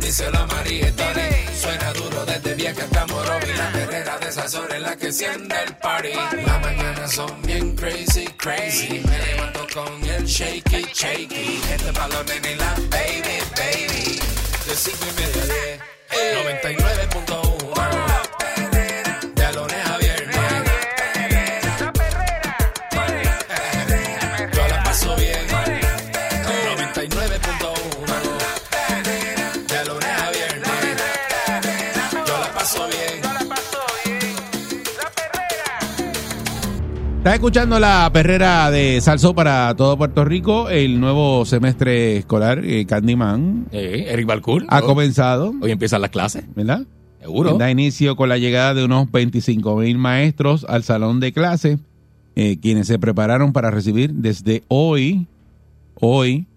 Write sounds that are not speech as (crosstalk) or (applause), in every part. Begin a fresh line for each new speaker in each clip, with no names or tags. díselo a María y Tony. Suena duro desde vieja hasta morobi. La perrera de esas horas es la que enciende el party. Las mañanas son bien crazy, crazy. Me levanto con el shaky, shaky. Este es pa' los nenes y la baby, baby. De cinco y media a diez. 99.1 La perrera De lunes a viernes
la perrera,
yo la paso bien. 99.1. De lunes a viernes. Yo la paso bien.
la pasó bien. La perrera,
Estás escuchando la perrera de Salso para todo Puerto Rico. El nuevo semestre escolar, eh, Candyman,
Eh, Eric Balcour.
ha
Hoy-
comenzado,
Hoy empiezan las clases,
¿verdad?
seguro.
Da inicio con la llegada de unos 25 mil maestros al salón de clase, eh, quienes se prepararon para recibir desde hoy, hoy,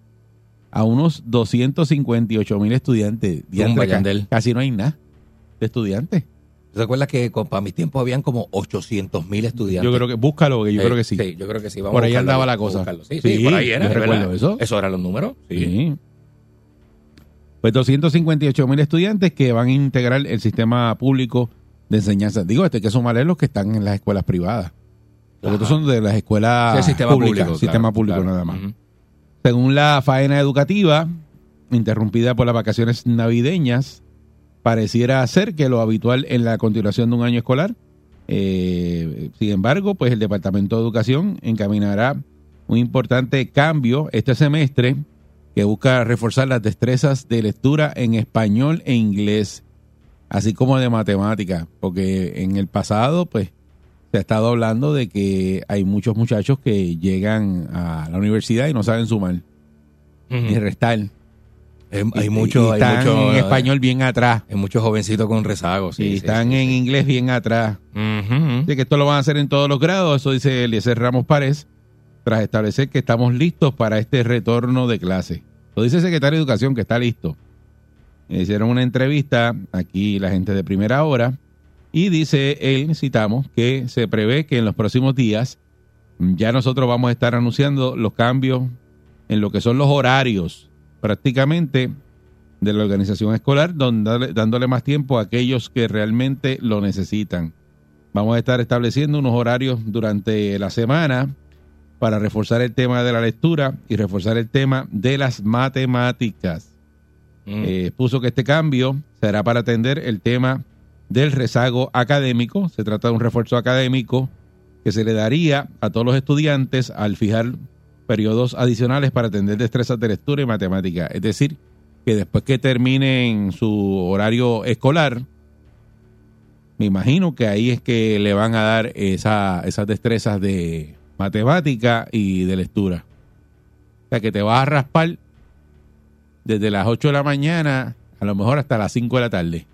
a unos 258 mil estudiantes.
Zumba,
Diantre, ca-
Yandel.
Casi no hay nada de estudiantes.
¿Te acuerdas que con- para mis tiempos habían como 800 mil estudiantes?
Yo creo que, búscalo, que yo creo que sí.
yo creo que Eh, sí. Vamos
Por
a
ahí
buscarlo,
andaba la
vamos a
cosa.
buscarlo. Sí, sí, por ahí era.
yo
es
recuerdo
verdad.
eso.
Eso eran los números. Sí.
Sí. Pues 258 mil estudiantes que van a integrar el sistema público de enseñanza. Digo, este hay que sumarle los que están en las escuelas privadas. Porque estos son de las escuelas
Sí, el sistema
públicas,
público.
Ah, sistema
claro,
público
claro.
nada más.
Ujú.
Según la faena educativa, interrumpida por las vacaciones navideñas, pareciera ser que lo habitual en la continuación de un año escolar. Eh, sin embargo, pues el Departamento de Educación encaminará un importante cambio este semestre que busca reforzar las destrezas de lectura en español e inglés, así como de matemática, porque en el pasado, pues, se ha estado hablando de que hay muchos muchachos que llegan a la universidad y no saben sumar
Ujú.
ni restar.
Hay,
Y-
Mm. hay
y-
mucho,
y
hay
están
mucho,
en español bien atrás.
Hay muchos jovencitos con rezago. Sí,
y
sí,
están
sí,
en
sí.
inglés bien atrás.
Ujú.
Así que esto lo van a hacer en todos los grados, eso dice Eliezer Ramos Párez, tras establecer que estamos listos para este retorno de clase. Lo dice el secretario de Educación que está listo. Le Hicieron una entrevista aquí la gente de primera hora y dice él, citamos, que se prevé que en los próximos días ya nosotros vamos a estar anunciando los cambios en lo que son los horarios prácticamente de la organización escolar, donde- dándole más tiempo a aquellos que realmente lo necesitan. Vamos a estar estableciendo unos horarios durante la semana para reforzar el tema de la lectura y reforzar el tema de las matemáticas.
Mm.
Eh, puso que este cambio será para atender el tema del rezago académico. Se trata de un refuerzo académico que se le daría a todos los estudiantes al fijar periodos adicionales para atender destrezas de lectura y matemática. Es decir, que después que terminen su horario escolar, me imagino que ahí es que le van a dar esa- esas destrezas de matemática y de lectura. O sea, que te vas a raspar desde las 8 de la mañana, a lo mejor hasta las 5 de la tarde.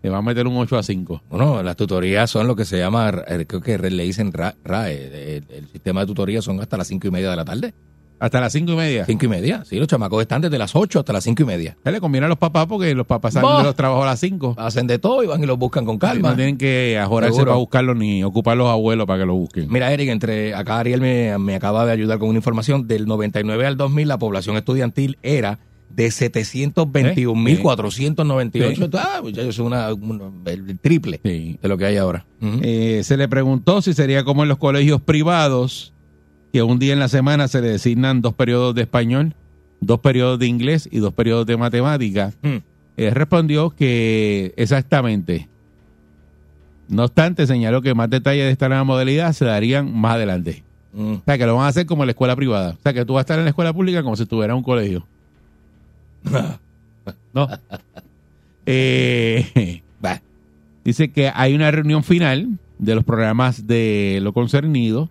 Te vas a meter un 8 a 5.
Bueno, las tutorías son lo que se llama, eh, creo que le dicen RA- RAE, el, el sistema de tutoría son hasta las cinco y media de la tarde.
Hasta las 5 y media.
Cinco y media, sí, los chamacos están desde las ocho hasta las cinco y media.
Ya Le conviene a los papás porque los papás salen
Bah.
de los trabajos a las 5.
Hacen de todo y van y los buscan con calma.
No tienen que ajorarse
Seguro.
para buscarlos ni ocupar los abuelos para que lo busquen.
Mira, Eric, entre acá Ariel me, me acaba de ayudar con una información. Del 99 al 2000 la población estudiantil era de 721.498. Ah, pues ya es una, un- el triple
Sí.
de lo que hay ahora. Ujú.
Eh, se le preguntó si sería como en los colegios privados, que un día en la semana se le designan dos periodos de español, dos periodos de inglés y dos periodos de matemática.
Mm.
Él eh, respondió que exactamente. No obstante, señaló que más detalles de esta nueva modalidad se darían más adelante.
Mm.
O sea, que lo van a hacer como en la escuela privada. O sea, que tú vas a estar en la escuela pública como si estuviera en un colegio. no. Eh,
Bah.
dice que hay una reunión final de los programas de lo concernido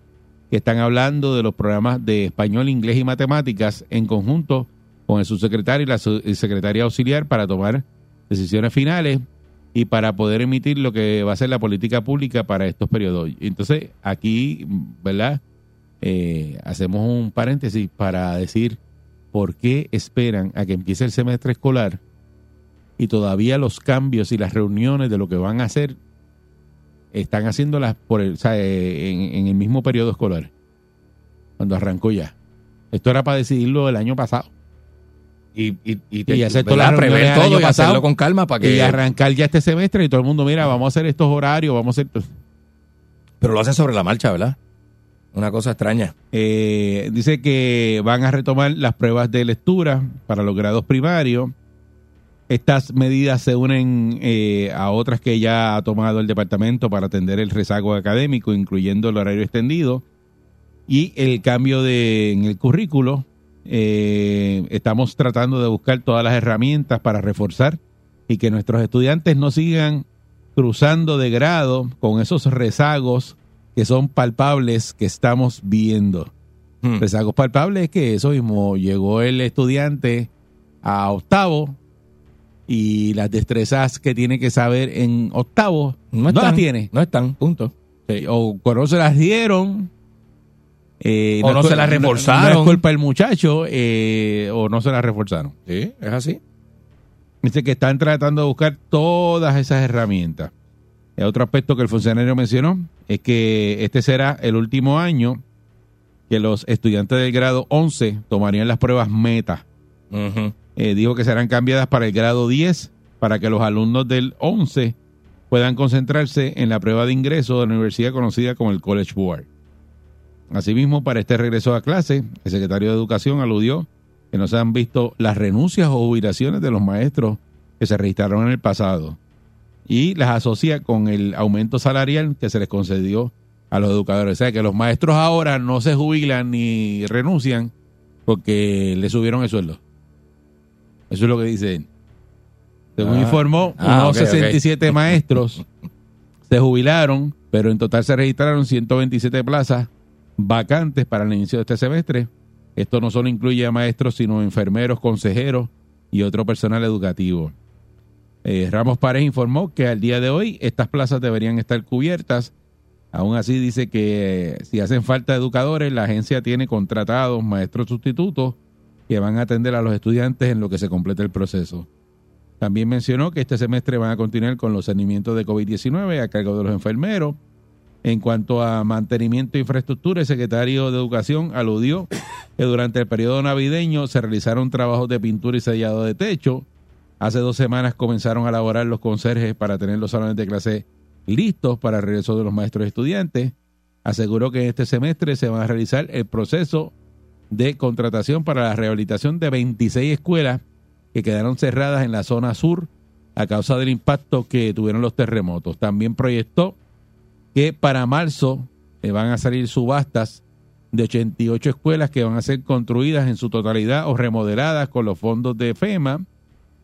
que están hablando de los programas de español, inglés y matemáticas en conjunto con el subsecretario y la su- y secretaria auxiliar para tomar decisiones finales y para poder emitir lo que va a ser la política pública para estos periodos. Entonces, aquí, ¿verdad? eh, hacemos un paréntesis para decir por qué esperan a que empiece el semestre escolar y todavía los cambios y las reuniones de lo que van a hacer están haciéndolas por el, o sea, eh, en, en el mismo periodo escolar, cuando arrancó ya. Esto era para decidirlo el año pasado.
Y, y, y,
Y hacer todas
¿verdad?
las reuniones
prever
del año
todo y
pasado
hacerlo con calma para que
Y arrancar ya este semestre y todo el mundo, mira, vamos a hacer estos horarios, vamos a hacer...
Pero lo hacen sobre la marcha, ¿verdad? Una cosa extraña.
Eh, dice que van a retomar las pruebas de lectura para los grados primarios. Estas medidas se unen eh, a otras que ya ha tomado el departamento para atender el rezago académico, incluyendo el horario extendido y el cambio de, en el currículo. Eh, estamos tratando de buscar todas las herramientas para reforzar y que nuestros estudiantes no sigan cruzando de grado con esos rezagos que son palpables que estamos viendo.
Hmm.
Rezagos palpables es que eso mismo llegó el estudiante a octavo y las destrezas que tiene que saber en octavo no,
están,
las tiene.
No están, punto.
O no se las dieron. eh,
O no
es cul-
se las reforzaron.
No, es culpa del muchacho eh, o no se las reforzaron.
Sí, es así.
Dice que están tratando de buscar todas esas herramientas. El otro aspecto que el funcionario mencionó es que este será el último año que los estudiantes del grado 11 tomarían las pruebas meta.
Ujú.
Eh, dijo que serán cambiadas para el grado 10 para que los alumnos del 11 puedan concentrarse en la prueba de ingreso de la universidad conocida como el College Board. Asimismo, para este regreso a clase, el secretario de Educación aludió que no se han visto las renuncias o jubilaciones de los maestros que se registraron en el pasado y las asocia con el aumento salarial que se les concedió a los educadores. O sea, que los maestros ahora no se jubilan ni renuncian porque le subieron el sueldo. Eso es lo que dice él. Según
Ah.
informó,
Ah,
unos
ok, ok. (laughs)
67 maestros se jubilaron, pero en total se registraron 127 plazas vacantes para el inicio de este semestre. Esto no solo incluye a maestros, sino enfermeros, consejeros y otro personal educativo. Eh, Ramos Párez informó que al día de hoy estas plazas deberían estar cubiertas. Aún así dice que eh, si hacen falta educadores, la agencia tiene contratados maestros sustitutos que van a atender a los estudiantes en lo que se complete el proceso. También mencionó que este semestre van a continuar con los saneamientos de COVID-19 a cargo de los enfermeros. En cuanto a mantenimiento e infraestructura, el secretario de Educación aludió que durante el periodo navideño se realizaron trabajos de pintura y sellado de techo. Hace dos semanas comenzaron a elaborar los conserjes para tener los salones de clase listos para el regreso de los maestros y estudiantes. Aseguró que este semestre se va a realizar el proceso de contratación para la rehabilitación de 26 escuelas que quedaron cerradas en la zona sur a causa del impacto que tuvieron los terremotos. También proyectó que para marzo eh, van a salir subastas de 88 escuelas que van a ser construidas en su totalidad o remodeladas con los fondos de FEMA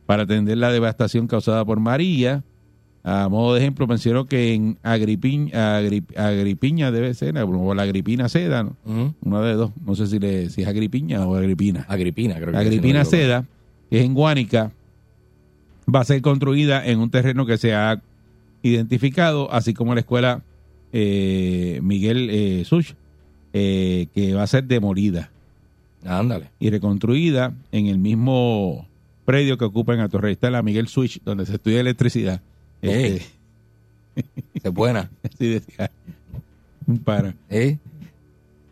para atender la devastación causada por María. A modo de ejemplo, mencionó que en Agripin- Agri- Agripiña debe ser, o la Agripina Seda, ¿no?
Ujú.
una de dos, no sé si, le, si es Agripiña o Agripina.
Agripina, creo que
La
es, si no me
Agripina
equivoco.
Seda, que es en Guánica, va a ser construida en un terreno que se ha identificado, así como la escuela eh, Miguel eh, Such, eh, que va a ser demolida
Ándale.
y reconstruida en el mismo predio que ocupa en Atorrey. la Miguel Switch, donde se estudia electricidad.
Ey.
Este, (laughs)
Esa Es buena. (laughs)
así decía un pana.
¿Eh?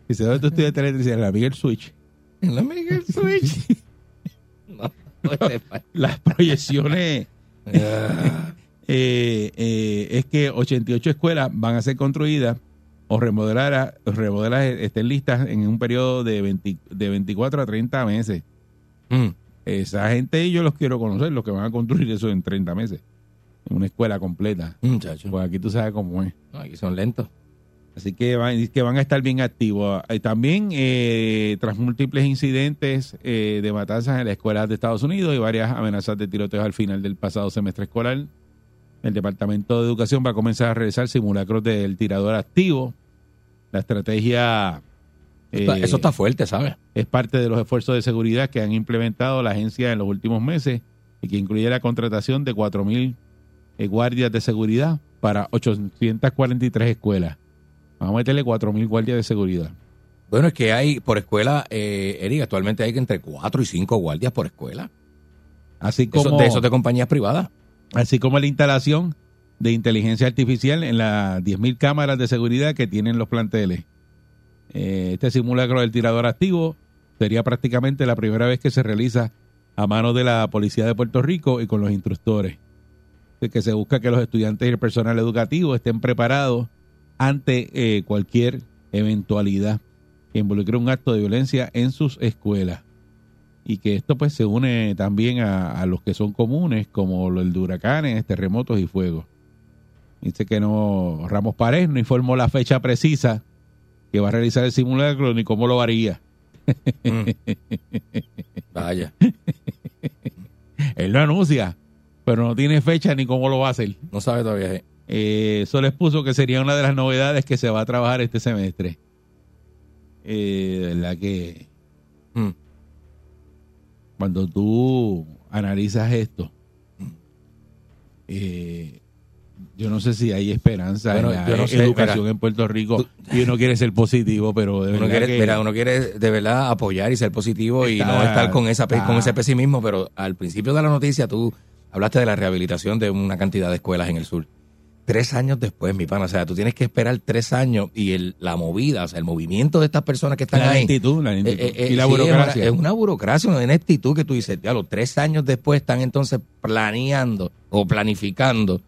Dice, ¿dónde tú estudias electricidad? La Miguel Switch.
La Miguel Switch. (laughs) Ah. No, no te pa-
Las (laughs) proyecciones...
Ah,
eh, eh, es que 88 escuelas van a ser construidas o remodeladas, o remodeladas eh, estén listas en un periodo de, 20 de 24 a 30 meses.
mm.
Esa gente yo los quiero conocer, los que van a construir eso en 30 meses, en una escuela completa.
Muchachos.
Pues aquí tú sabes cómo es.
No, aquí son lentos.
Así que van, que van a estar bien activos. Eh, También, eh, tras múltiples incidentes eh, de matanzas en las escuelas de Estados Unidos y varias amenazas de tiroteos al final del pasado semestre escolar, el Departamento de Educación va a comenzar a realizar simulacros del tirador activo. La estrategia
Eso está-
eh,
Eso está fuerte, ¿sabes?
es parte de los esfuerzos de seguridad que han implementado la agencia en los últimos meses y que incluye la contratación de 4.000 eh, guardias de seguridad para 843 escuelas. Vamos a meterle 4.000 guardias de seguridad.
Bueno, es que hay por escuela, eh, Eric, actualmente hay que entre 4 y 5 guardias por escuela.
Así
Eso-
como,
de eso de compañías privadas.
así como la instalación de inteligencia artificial en las 10.000 cámaras de seguridad que tienen los planteles. Eh, este simulacro del tirador activo sería prácticamente la primera vez que se realiza a manos de la Policía de Puerto Rico y con los instructores. Así que se busca que los estudiantes y el personal educativo estén preparados ante eh, cualquier eventualidad que involucre un acto de violencia en sus escuelas. Y que esto pues se une también a, a los que son comunes, como lo- el de huracanes, terremotos y fuegos. Dice que no, Ramos Párez no informó la fecha precisa que va a realizar el simulacro ni cómo lo haría.
Mm. (laughs) Vaya.
Él lo anuncia, pero no tiene fecha ni cómo lo va a hacer.
No sabe todavía. eh.
Eh, eso les puso que sería una de las novedades que se va a trabajar este semestre. Eh, de verdad que
Mm.
cuando tú analizas esto, eh, yo no sé si hay esperanza
Bueno,
en la
yo no sé,
educación
mira,
en Puerto Rico. y uno quiere ser positivo, pero de
Uno
verdad
quiere,
que
mira, uno quiere de verdad apoyar y ser positivo y
Está-
no estar con, esa, pe-
está-
con ese pesimismo, pero al principio de la noticia tú hablaste de la rehabilitación de una cantidad de escuelas en el sur. Tres años después, mi pana, o sea, tú tienes que esperar tres años y el, la movida, o sea, el movimiento de estas personas que están
la
ahí.
lentitud, la lentitud.
Eh, eh,
y la
sí, es una-
burocracia.
Es una, burocracia, una ineptitud que tú dices, ya los tres años después están entonces planeando o planificando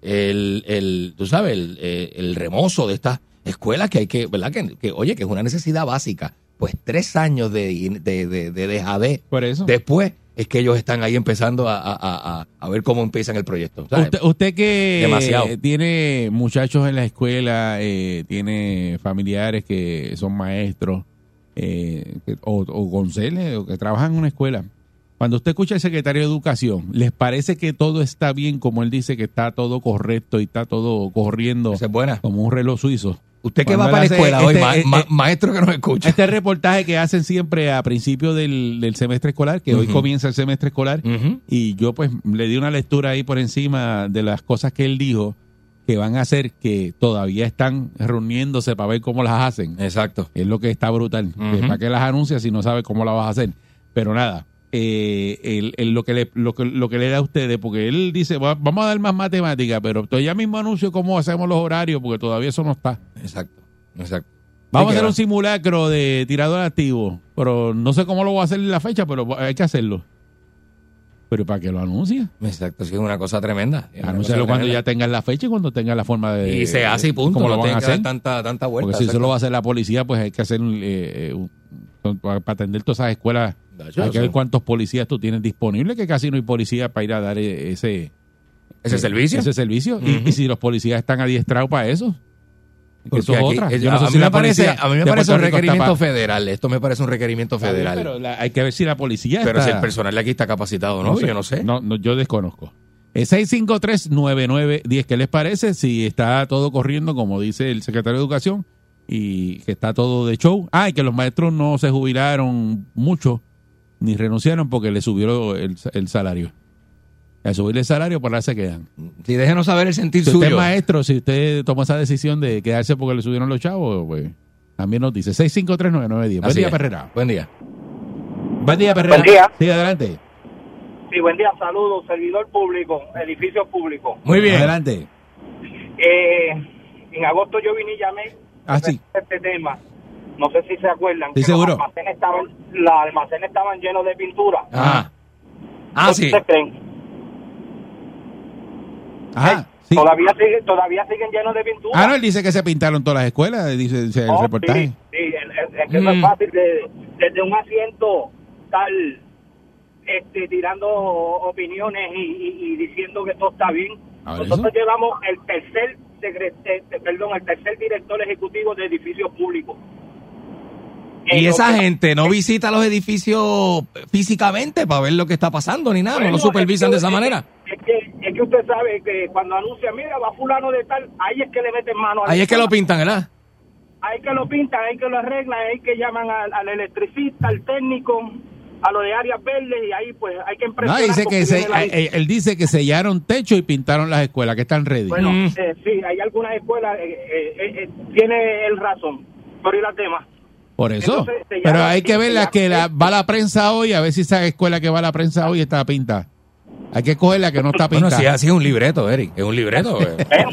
el, el tú sabes, el, eh, el remozo de estas escuelas que hay que, ¿verdad? Que, que, oye, que es una necesidad básica. Pues tres años de, de, de, de dejadez
Por eso.
después es que ellos están ahí empezando a, a- a- a- a ver cómo empiezan el proyecto. ¿sabes?
Usted, usted que
Demasiado.
tiene muchachos en la escuela, eh, tiene familiares que son maestros, eh, que- o, o González, o que trabajan en una escuela. Cuando usted escucha al secretario de Educación, ¿les parece que todo está bien como él dice que está todo correcto y está todo corriendo
Esa es buena.
como un reloj suizo?
Usted que va
Cuando
para la
él hace
escuela hoy,
este-
ma-
eh,
ma-
eh,
maestro que nos
(laughs)
escucha.
Este reportaje que hacen siempre a principio del, del semestre escolar, que hoy
Ujú.
comienza el semestre escolar,
Ujú.
y yo pues le di una lectura ahí por encima de las cosas que él dijo que van a hacer que todavía están reuniéndose para ver cómo las hacen.
Exacto.
Es lo que está brutal.
Ujú.
Que ¿Para qué las anuncias si no sabes cómo las vas a hacer? Pero nada, eh, él- él lo, que le, lo, que, lo que le da a ustedes, porque él dice, "Va- vamos a dar más matemática, pero to- ya mismo anuncio cómo hacemos los horarios, porque todavía eso no está.
Exacto. Exacto.
Vamos a
Sí,
hacer
que
un simulacro de tirador activo, pero no sé cómo lo voy a hacer en la fecha, pero hay que hacerlo. Pero ¿y ¿para qué lo anuncia?
Exacto, sí, es una cosa tremenda. Es una
Anúncialo
cosa
cuando
tremenda.
ya tengas la fecha y cuando tengas la forma de.
Y se hace y punto.
eh, ¿Cómo
no
lo van
tiene
a
que dar
hacer?
tanta, tanta vuelta.
Porque si eso
exacto.
lo va a hacer la policía, pues hay que hacer. eh, eh, un- un- para atender todas esas escuelas,
Nacho,
hay que ver
eso-
cuántos policías tú tienes disponibles, que casi no hay policías para ir a dar eh, ese.
Ese
eh,
servicio.
Ese servicio. Y- y,
Ujú.
si los policías están adiestrados para eso. que
Porque
eso es
aquí-
otra.
es-
Yo no
a,
sé
mí
si
me
la
parece,
policía
a mí me
de
parece un
Puerto Rico está
requerimiento
pa-
federal. Esto me parece un requerimiento
Está bien,
federal.
Pero la- hay que ver si la policía
pero si
está-
el personal de aquí está capacitado, ¿no? Yo no sé.
No, no, yo desconozco. Eh, Es 653-9910. ¿Qué les parece si está todo corriendo, como dice el secretario de Educación, y que está todo de show? Ah, y que los maestros no se jubilaron mucho, ni renunciaron porque le subió el, el salario. Al subirle el salario, por ahí se quedan.
Si déjenos saber el sentir
Si usted es
suyo.
Este maestro, si usted tomó esa decisión de quedarse porque le subieron los chavos, pues también nos dice 653-9910. Buen
Así
día,
es.
Perrera.
Buen día.
Buen día, Perrera.
Buen día. Eh,
Sí, adelante.
Sí, buen día, saludos, servidor público, edificio público.
Muy bien.
Adelante.
Eh, en agosto yo vine y llamé
Ah, sí.
a este tema. No sé si se acuerdan.
Sí,
que
seguro.
Los almacenes estaban, los almacenes estaban llenos de pintura.
Ah, ah sí.
¿Ustedes creen?
Ah, sí.
Todavía, sigue- todavía siguen llenos de pintura.
Ah, no, él dice que se pintaron todas las escuelas, dice, dice el
Oh,
reportaje.
Sí, sí, es, es- es que no
Mm.
es fácil. de- desde un asiento tal, este, tirando opiniones y, y- y diciendo que todo está bien.
A ver,
Nosotros
Ah, eso.
llevamos el tercer secre- eh, perdón, el tercer director ejecutivo de edificios públicos.
Y
Eh,
esa
lo-
gente no visita los edificios físicamente para ver lo que está pasando ni nada. No lo
Bueno,
supervisan
es que-
de esa manera.
Es que, es que usted sabe que cuando anuncia, mira, va fulano de tal, ahí es que le meten mano. a la
Ahí es que lo
persona.
pintan, ¿verdad?
hay que lo pintan, hay que lo arreglan, hay que llaman al, al electricista, al técnico, a lo de áreas verdes y ahí pues hay que
No,
impresionar.
dice
con
que se-
tiene la-
eh, él dice que sellaron techo y pintaron las escuelas, que están ready.
Bueno,
Mm.
eh, sí, hay algunas escuelas, eh, eh, eh, eh, tiene el razón, pero ¿y las demás?
Por eso.
Entonces, se
Pero
llama-
hay que ver
se
la
llama-
que la, va la prensa hoy, a ver si esa escuela que va la prensa hoy está pinta. Hay que coger la que no
(laughs)
está
Bueno,
pinta.
sí, así es un libreto, Eric. Es un libreto. eh.
Pero,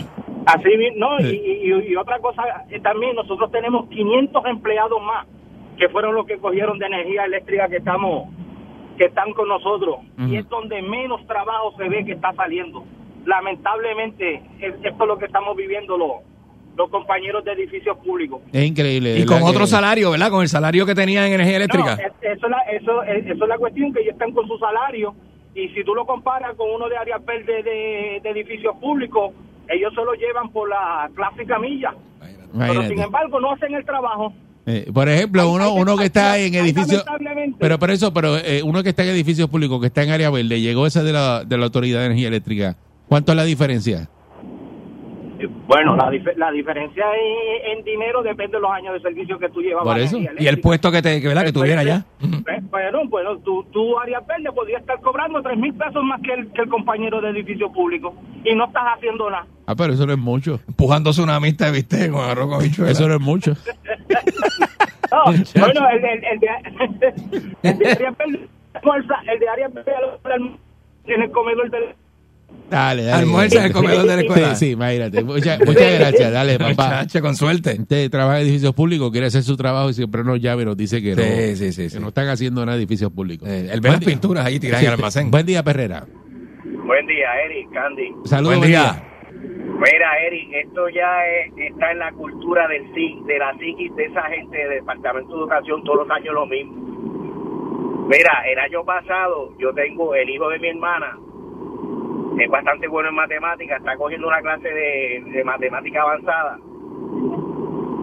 Así mismo, no, y, y- y otra cosa eh, también, nosotros tenemos 500 empleados más que fueron los que cogieron de energía eléctrica que estamos que están con nosotros y es donde menos trabajo se ve que está saliendo. Lamentablemente, es- esto es lo que estamos viviendo los, los compañeros de edificios públicos.
es increíble. de
(laughs) Y con
verdad
otro
que-
salario, ¿verdad? Con el salario que tenía en energía eléctrica.
No, es- eso, es la, eso, es- eso es la cuestión, que ellos están con su salario y si tú lo comparas con uno de áreas verdes de, de edificios públicos, ellos se lo llevan por la clásica milla. Pero
Imagínate.
sin embargo no hacen el trabajo.
Eh, por ejemplo,
Hay-
uno,
hay
uno que está
desafíos,
en
hay
edificios.
lamentablemente.
Pero por eso, pero eh, uno que está en edificios públicos, que está en área verde, llegó esa de la, de la Autoridad de Energía Eléctrica. ¿Cuánto es la diferencia?
Bueno, la, dif- la diferencia en, en dinero depende de los años de servicio que tú llevabas.
Por eso.
en energía
Y el
eléctrica.
puesto que, te, que, ¿verdad? que tuviera allá.
Pues, Bueno, bueno, tú, tú áreas verde podrías estar cobrando tres mil pesos más que el, que el compañero de edificio público y no estás haciendo nada.
Ah, pero eso no es mucho.
Empujándose una amistad, ¿viste? Con arroz con bichuela.
Eso no es mucho.
No,
(laughs)
bueno, el, el, el de, (laughs) el de áreas verdes almuerza, el de áreas verdes almuerza en el comedor del...
Dale, dale.
Almuerza en el comedor de la escuela.
Sí, sí, imagínate. Mucha- muchas gracias. Dale, papá.
Chacho, con suerte.
Usted trabaja en edificios públicos, quiere hacer su trabajo y siempre nos llama y nos dice que no.
Sí, sí, sí,
que
sí.
no están haciendo nada en edificios públicos.
Eh, él ve las
Buen día.
pinturas ahí tiradas en el almacén.
Buen día, Perrera.
Buen día, Eric, Candy.
Saludos.
Buen día.
Mira, Eric, esto ya es- está en la cultura del sí, de la psiquis de esa gente del Departamento de Educación, todos los años lo mismo. Mira, el año pasado yo tengo el hijo de mi hermana, es bastante bueno en matemáticas, está cogiendo una clase de, de matemática avanzada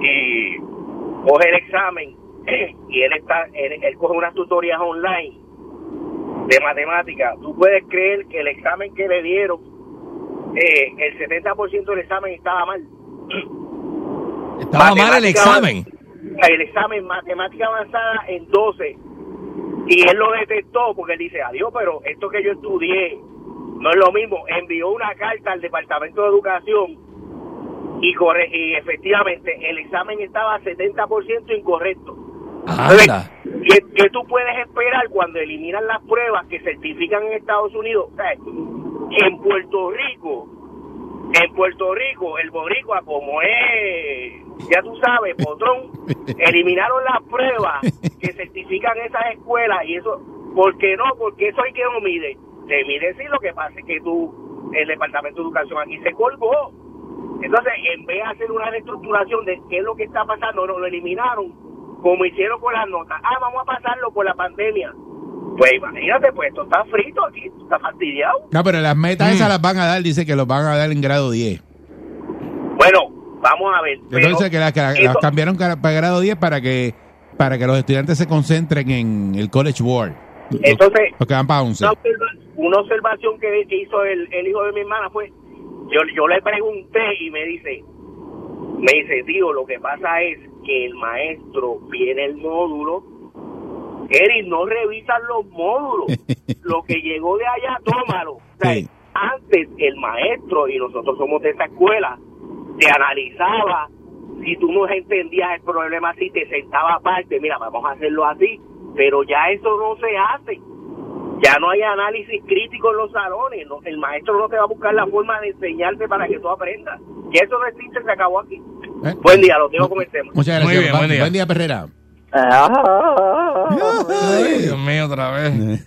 y coge el examen (clears throat) y él está, él, él coge unas tutorías online de matemáticas. Tú puedes creer que el examen que le dieron eh, el 70% del examen estaba mal.
Estaba mal el
Matemática
examen.
avan- El examen matemática avanzada en 12. Y él lo detectó porque él dice, adiós, pero esto que yo estudié no es lo mismo. Envió una carta al Departamento de Educación y, corre y efectivamente el examen estaba 70% incorrecto.
Anda.
¿Qué, qué tú puedes esperar cuando eliminan las pruebas que certifican en Estados Unidos? O sea, en Puerto Rico, en Puerto Rico, el boricua como es, ya tú sabes, potrón, eliminaron las pruebas que certifican esas escuelas y eso, ¿por qué no? Porque eso hay que no mide. Te mide sí, lo que pasa es que tú, el Departamento de Educación aquí se colgó. Entonces, en vez de hacer una reestructuración de qué es lo que está pasando, no, lo eliminaron, como hicieron con las notas. Ah, vamos a pasarlo por la pandemia. Pues imagínate, pues esto está frito aquí, esto está fastidiado.
No, pero las metas
Mm.
esas las van a dar, dice que los van a dar en grado 10.
Bueno, vamos a ver. pero
Entonces, que las, que las-
eso-
las cambiaron cara- para grado 10 para que para que los estudiantes se concentren en el College Board.
Entonces,
Los que van para 11.
una, observa- una observación que que hizo el, el hijo de mi hermana fue, yo, yo le pregunté y me dice, me dice, tío, lo que pasa es que el maestro viene el módulo, Eric, no revisan
(laughs)
los módulos, lo que llegó de allá, tómalo. O sea,
Sí.
Antes el maestro, y nosotros somos de esa escuela, te analizaba si tú no entendías el problema, si te sentaba aparte, mira, vamos a hacerlo así, pero ya eso no se hace ya no hay análisis crítico en los salones. no- el maestro no te va a buscar la forma de enseñarte para que tú aprendas. Y eso no existe, se acabó aquí.
¿Eh?
Buen día, los dejo con el tema.
Muchas gracias.
Muy bien,
papá.
buen día.
Perrera.
Ay, Dios mío, otra vez.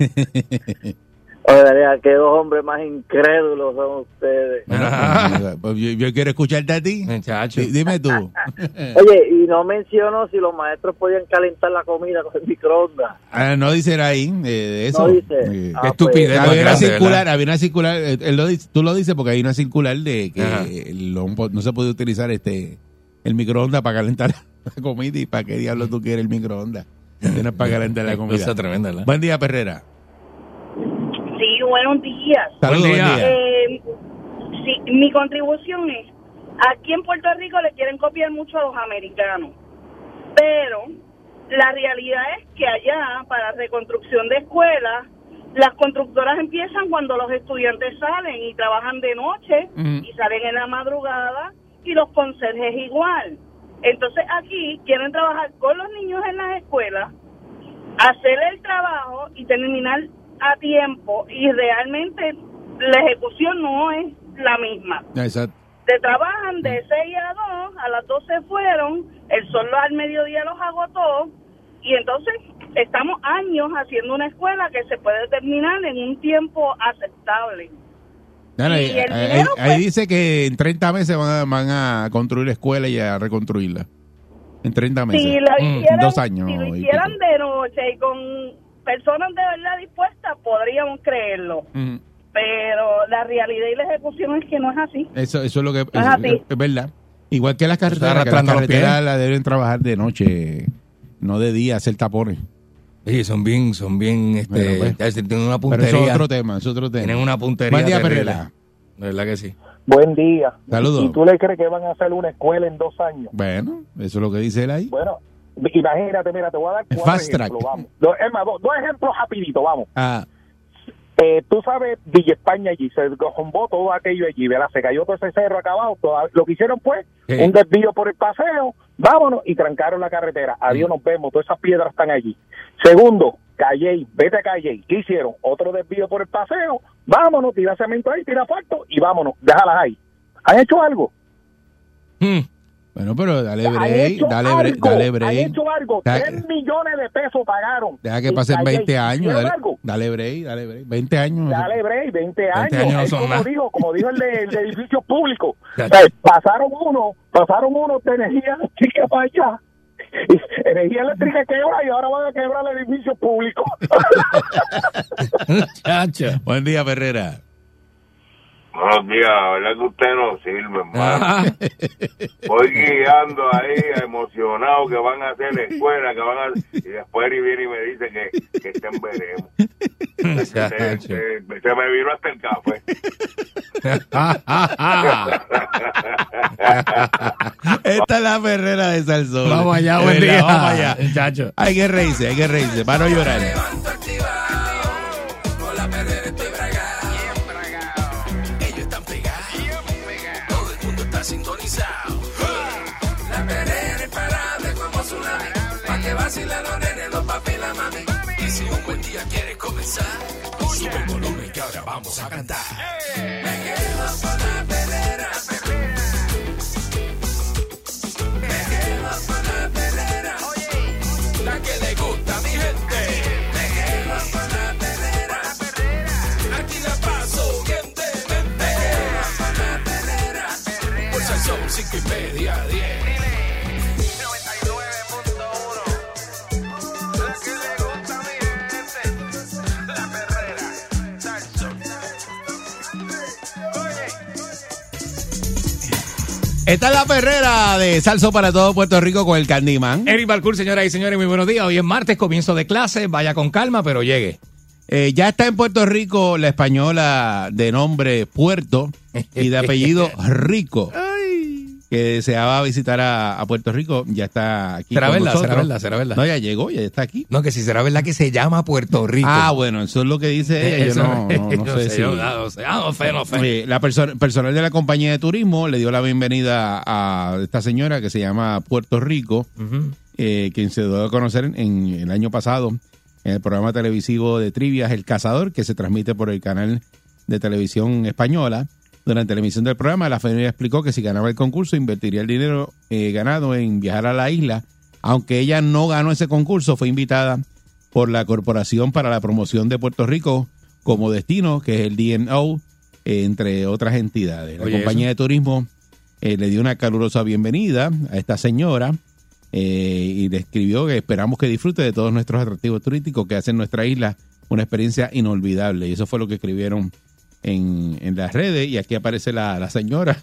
Oiga, qué dos hombres más incrédulos son ustedes.
Bueno, pues, yo, yo quiero escucharte a ti.
(laughs) Muchacho.
Di- Dime tú.
Oye, y no menciono si los maestros podían calentar la comida con el microondas.
Ah, no dice ahí eh, de eso.
No dice.
Eh,
Ah,
Qué
pues,
estupidez. más
había una
grande,
circular,
¿verdad?
había una circular, eh, él lo dice- tú lo dices porque hay una circular de que
Ajá.
el- lo- no se puede utilizar este el microondas para calentar (laughs) la comida y para qué diablo tú quieres el microondas. Tienes para calentar la
Cosa
comida.
tremenda, ¿verdad?
Buen día, Perrera.
Sí, buenos días.
Saludos, buen
día.
día.
Eh, sí, mi contribución es, aquí en Puerto Rico le quieren copiar mucho a los americanos, pero la realidad es que allá para reconstrucción de escuelas, las constructoras empiezan cuando los estudiantes salen y trabajan de noche
Ujú.
y salen en la madrugada y los conserjes igual. Entonces aquí quieren trabajar con los niños en las escuelas, hacer el trabajo y terminar a tiempo y realmente la ejecución no es la misma.
Exacto.
Te trabajan de
Mm.
6 a 2, a las 2 se fueron, el sol al mediodía los agotó y entonces estamos años haciendo una escuela que se puede terminar en un tiempo aceptable.
Dale,
Y el
eh, ahí,
dinero,
ahí
pues-
dice que en 30 meses van a, van a construir la escuela y a reconstruirla. En 30 meses.
Si lo
Mm,
hicieran,
dos años
si lo
y
hicieran
pico.
de noche y con personas de verdad dispuestas, podríamos creerlo.
Ujú.
Pero la realidad y la ejecución es que no es así.
Eso, eso es lo que es,
Ajá, sí.
es verdad. Igual que las carreteras, que las
arrastrando los pies.
carreteras las deben trabajar de noche, no de día, hacer tapones.
Oye, son bien, son bien, este,
Bueno, pues.
ya se tienen una
Pero
puntería.
eso es otro tema, eso es otro tema.
tienen una puntería.
Buen día,
terrible.
Perrera.
De verdad que sí.
Buen día.
Saludos.
¿Y tú le crees que van a hacer una escuela en dos años?
Bueno, eso es lo que dice él ahí.
Bueno, imagínate, mira, te voy a dar cuatro
Fast track.
ejemplos. Vamos. Dos, es más, dos, dos ejemplos rapidito, vamos.
Ah,
Eh, tú sabes, Villa España allí, se desgombó todo aquello allí, ¿verdad? Se cayó todo ese cerro acá abajo. toda- lo que hicieron fue
Sí.
un desvío por el paseo, vámonos, y trancaron la carretera.
Mm.
Adiós, nos vemos, todas esas piedras están allí. Segundo, Calley, vete a Calley. ¿Qué hicieron? Otro desvío por el paseo, vámonos, tira cemento ahí, tira asfalto y vámonos, déjalas ahí. ¿Han hecho algo?
Mm.
Hmm. bueno, pero dale
Han hecho
break, dale break,
algo,
dale
han
break.
hecho algo.
Da-
Tres millones de pesos pagaron.
Deja que
Y
pasen
Calle,
20 años,
¿hicieron
dale,
algo?
dale break, dale break. 20 años.
Dale, Bray, 20 años.
años no
Es
son
como
nada.
dijo, como dijo el de, el de edificios públicos.
Claro.
O sea, pasaron uno, pasaron uno de energía eléctrica para allá. (laughs) Y Energía eléctrica quebra y ahora van a quebrar el edificio público. (laughs)
Chacho.
Buen día, Perrera.
No, tía, la verdad que usted no sirve, hermano.
Ah,
Voy guiando ahí, emocionado, que van a hacer escuela, que van a... Y después él viene y me dice que, que estén veremos. Se,
chacho.
se- se me viró hasta el café.
Esta es la Perrera de Salsón.
Vamos allá,
De
buen
verdad,
día.
Vamos allá.
Chacho.
Hay que reírse, hay que reírse, para no llorar.
levanto activado. Con la perrera estoy bragado. Ellos están pegados. Todo el mundo está sintonizado. La perrera es parable como tsunami. Pa' que vacilan los nenes, los papi y la mami. Y si un buen día quieres comenzar, sube el volumen que ahora vamos a cantar. Me quedo con la perrera. Me quedo con la perrera. La que le gusta a mi gente. Me quedo con la perrera. Aquí la paso bien de mente. Me quedo con la perrera. Por son cinco y media, diez.
99.1. La que le gusta a mi gente. La perrera. Salsón. Oye.
Esta es la Perrera de Salso para todo Puerto Rico con el Candyman.
Eric Balcour, señoras y señores, muy buenos días. Hoy es martes, comienzo de clase. Vaya con calma, pero llegue.
Eh, ya está en Puerto Rico la española de nombre Puerto y de apellido Rico. Que deseaba visitar a, a Puerto Rico, ya está aquí.
Será
con
verdad, será
nosotros.
verdad, será verdad.
No, ya llegó, ya está aquí.
No, que si será verdad que se llama Puerto Rico. (laughs)
Ah, bueno, eso es lo que dice ella. Yo
Eso-
no, no- no sé si.
yo, ah, no sé. Ah, no sé, no sé.
Eh, la persona personal de la compañía de turismo le dio la bienvenida a esta señora que se llama Puerto Rico,
Ujú.
eh, quien se dio a conocer en, en el año pasado en el programa televisivo de trivias El Cazador, que se transmite por el canal de televisión española. Durante la emisión del programa, la familia explicó que si ganaba el concurso invertiría el dinero eh, ganado en viajar a la isla. Aunque ella no ganó ese concurso, fue invitada por la Corporación para la Promoción de Puerto Rico como destino, que es el DNO, eh, entre otras entidades. La
Oye,
compañía de turismo eh, le dio una calurosa bienvenida a esta señora eh, y le escribió que esperamos que disfrute de todos nuestros atractivos turísticos que hacen nuestra isla una experiencia inolvidable. Y eso fue lo que escribieron en, en las redes y aquí aparece la, la señora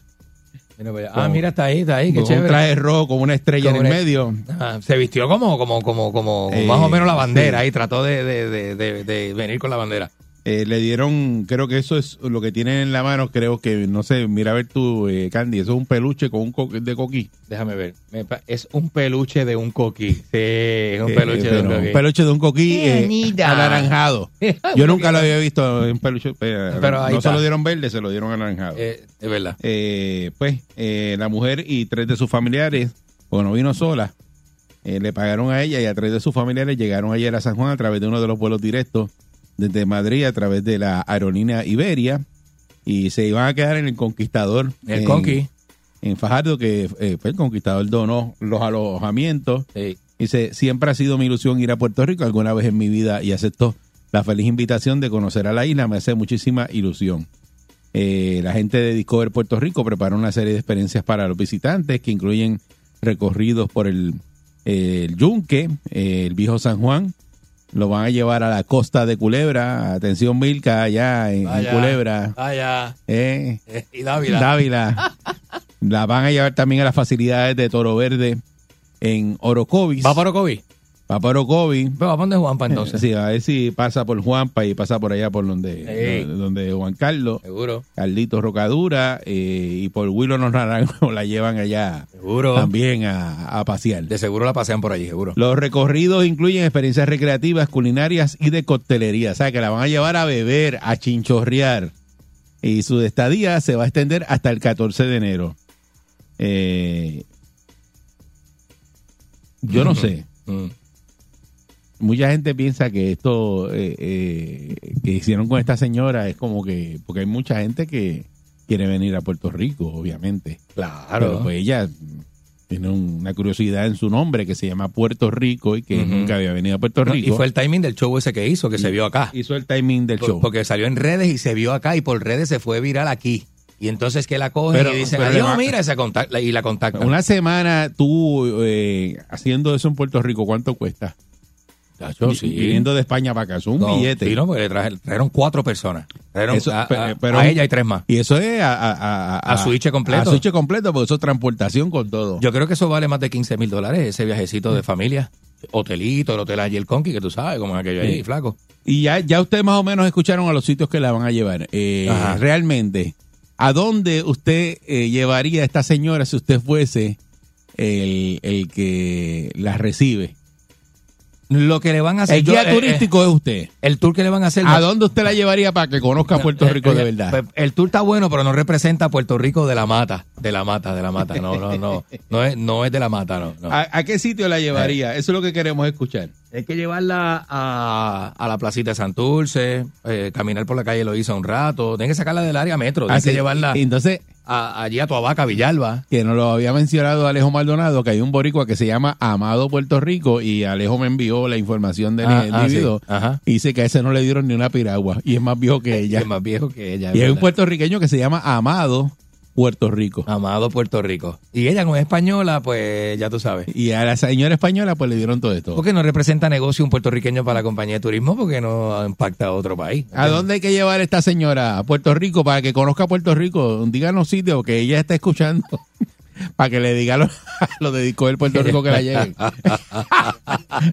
Mira, pues, Ah,
Como-
mira, está ahí, está ahí, qué
con un
chévere.
traje rojo con una estrella
Como
en el
una-
medio.
Ah, se vistió como, como, como, como
Eh,
más o menos la bandera
sí.
ahí, trató de, de- de- de- de venir con la bandera.
Eh, le dieron, creo que eso es lo que tienen en la mano, creo que, no sé, mira a ver tú, eh, Candy, eso es un peluche con un co- de coquí.
Déjame ver. Me pa- Es un peluche de un coquí. Sí, es un
Eh,
peluche de
pero-
un coquí. (laughs)
un peluche de un coquí eh, anaranjado. Yo nunca lo había visto en peluche, eh,
Pero ahí
no se
está.
lo dieron verde, se lo dieron anaranjado.
Eh, es verdad.
Eh, pues eh, la mujer y tres de sus familiares porque no vino sola. Eh, le pagaron a ella y a través de sus familiares llegaron ayer a San Juan a través de uno de los vuelos directos desde Madrid a través de la aerolínea Iberia y se iban a quedar en el Conquistador.
El
en-
Conqui.
En Fajardo, que eh, fue el Conquistador, donó los alojamientos. Dice, siempre ha sido mi ilusión ir a Puerto Rico alguna vez en mi vida y aceptó la feliz invitación de conocer a la isla. Me hace muchísima ilusión. Eh, la gente de Discover Puerto Rico preparó una serie de experiencias para los visitantes que incluyen recorridos por el, eh, el Yunque, eh, el Viejo San Juan. Lo van a llevar a la costa de Culebra. Atención, Milka, allá en, en
Vaya,
Culebra.
Vaya.
Eh,
Eh, Y Dávila. (laughs)
Dávila. La van a llevar también a las facilidades de Toro Verde en Orocovis.
¿Va para Orocovi?
Va para Orocovis.
Pero va para donde Juanpa
Entonces,
entonces.
sí, a ver si pasa por Juanpa y pasa por allá por donde,
Ey.
donde, donde Juan Carlos,
Seguro.
Carlito Rocadura eh, y por Willow Los Naranjos la llevan allá
Seguro.
también a, a pasear.
Ah, De seguro la pasean por allí, seguro.
Los recorridos incluyen experiencias recreativas, culinarias y de coctelería. O sea, que la van a llevar a beber, a chinchorrear. Y su estadía se va a extender hasta el 14 de enero. Eh, yo no sé.
Mm.
Mucha gente piensa que esto eh, eh, que hicieron con esta señora es como que... Porque hay mucha gente que quiere venir a Puerto Rico, obviamente.
Claro.
Pero pues ella tiene una curiosidad en su nombre que se llama Puerto Rico y que
Ujú.
nunca había venido a Puerto
No,
Rico.
y fue el timing del show ese que hizo, que se vio acá.
Hizo el timing del
Por-
show.
Porque salió en redes y se vio acá y por redes se fue viral aquí. Y entonces que la cogen
Pero-
y dicen,
pero
adiós,
le va-
mira, y se contact- la- y la contactan.
Una semana tú eh, haciendo eso en Puerto Rico, ¿cuánto cuesta?
Chacho,
Vi-
sí.
Viniendo de España para acá, eso es un
No,
billete.
sí, no, porque le traje- trajeron cuatro personas. Trajeron
Eso,
a, a-
pe- pero-
a ella y tres más.
Y eso es a, a, a,
A switch completo.
A switch completo, porque eso es transportación con todo.
Yo creo que eso vale más de 15 mil dólares, ese viajecito
Mm.
de familia. Hotelito, el hotel allí, el conqui, que tú sabes, como aquello allí,
Sí.
flaco.
Y ya, ya ustedes más o menos escucharon a los sitios que la van a llevar. Eh,
Ajá.
realmente, ¿a dónde usted eh, llevaría a esta señora si usted fuese el, el que la recibe?
Lo que le van a hacer...
el
yo-
guía
eh, eh,
turístico es usted.
el tour que le van a hacer...
¿A
no-
dónde usted la llevaría para que conozca Puerto
Eh,
Rico
eh,
de verdad?
pues, El tour está bueno, pero no representa a Puerto Rico de la mata. De la mata, de la mata. No, no, no. No es, no es de la mata, no. no.
¿A, a qué sitio la
eh.
llevaría? Eso es lo que queremos escuchar.
Hay que llevarla a, a la placita de Santurce, eh, caminar por la calle Loíza un rato. Tienen que sacarla del área metro. Tienen
Así-
que llevarla
Entonces,
a- allí a tu abaca, Villalba.
que nos lo había mencionado Alejo Maldonado, que hay un boricua que se llama Amado Puerto Rico y Alejo me envió la información del
Ah, ah,
individuo.
sí. Ajá.
Y Dice que a ese no le dieron ni una piragua y es más viejo
(laughs)
que
Ya.
ella.
Es más viejo que ella. Ah. es
y hay un
verdad.
puertorriqueño que se llama Amado Puerto Rico.
Amado Puerto Rico. Y ella, como es española, pues ya tú sabes.
Y a la señora española pues le dieron todo esto.
Porque no representa negocio un puertorriqueño para la compañía de turismo porque no impacta a otro país.
¿A dónde hay que llevar a esta señora? A Puerto Rico, para que conozca Puerto Rico. Díganos sitio que ella está escuchando. (laughs) Para que le diga lo, (laughs) lo dedicó el Puerto Rico que
(laughs)
la lleven. (laughs)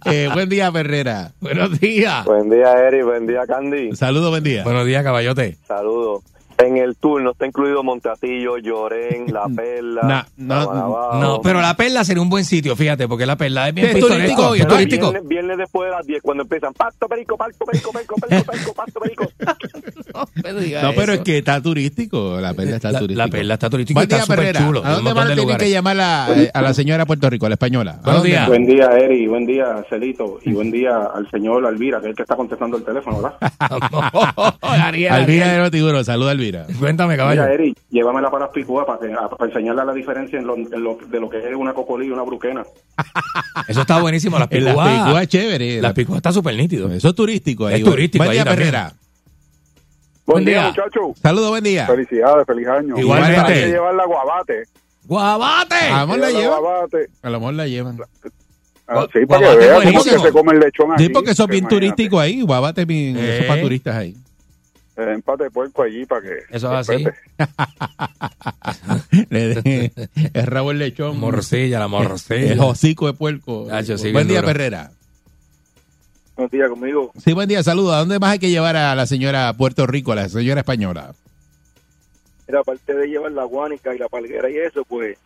Eh, buen día, Ferrera.
Buenos días.
Buen día, Eri. Buen día, Candy.
Saludos,
(laughs)
buen día.
Buenos días, caballote.
Saludos. En el tour no está incluido Montatillo, Llorén, La Perla.
Nah, no,
Ah,
Sabanabajo.
No, pero la perla sería un buen sitio, fíjate, porque la perla es bien
Es
pintoresco
turístico,
y es
Pero
turístico.
Viernes, viernes después de las 10, cuando empiezan, pacto perico, pacto perico, pacto
(laughs)
perico, pacto, pacto perico.
No, pero es que está turístico. La perla está
La- la
turística.
Perla está turística y
Buen
está
día,
súper
Ferrera.
chulo,
¿A
un
dónde
montón
más
de
tienen
lugares. (laughs)
que llamar la- a la señora de Puerto Rico, a la española? ¿A
Buenos
dónde?
días.
Buen día, Eri. Buen día, Celito. Y buen día al señor Alvira, que es el que está contestando el teléfono, ¿verdad?
Ah,
Oh, Ariel,
Alvira de
Ariel.
Notiguro. Saluda, Alvira.
Cuéntame, caballo.
Mira, eh. Eri, llévamela para las Picúa para, que- para enseñarle la diferencia en lo- en lo- de lo que es una cocolí y una bruquena.
Eso está buenísimo.
(laughs)
Las
En La Picúa
picuas.
es chévere.
Las picuas está súper nítido.
Eso es turístico. ahí.
Es turístico
Buen
ahí
día,
también.
Ferrera.
Buen día.
muchachos.
Saludos, buen día.
Felicidades, feliz año.
Igualmente.
Hay que llevarla a Guabate.
¡Guabate!
A lo mejor la
Llevarla a
llevan.
Guabate.
A lo mejor la llevan.
Ah,
Gua-
sí, para
Guabate
que veas cómo
buenísimo.
que se come el lechón aquí.
Sí, porque eso es bien
Imagínate.
turístico ahí. Guabate es bien. Eso es para
Eh. (laughs)
turistas ahí.
Eh, empate de puerco allí para que...
Eso es así.
Le de- (laughs) es rabo el lechón.
Morcilla, la
Es
morcilla.
hocico de puerco.
Hacho, sí, bien
buen día,
duro.
Ferrera.
Buenos días conmigo.
Sí, buen día, saludos. ¿A dónde más hay que llevar a la señora Puerto Rico, a la señora española?
Mira, aparte de llevar la guánica y la palguera y eso, pues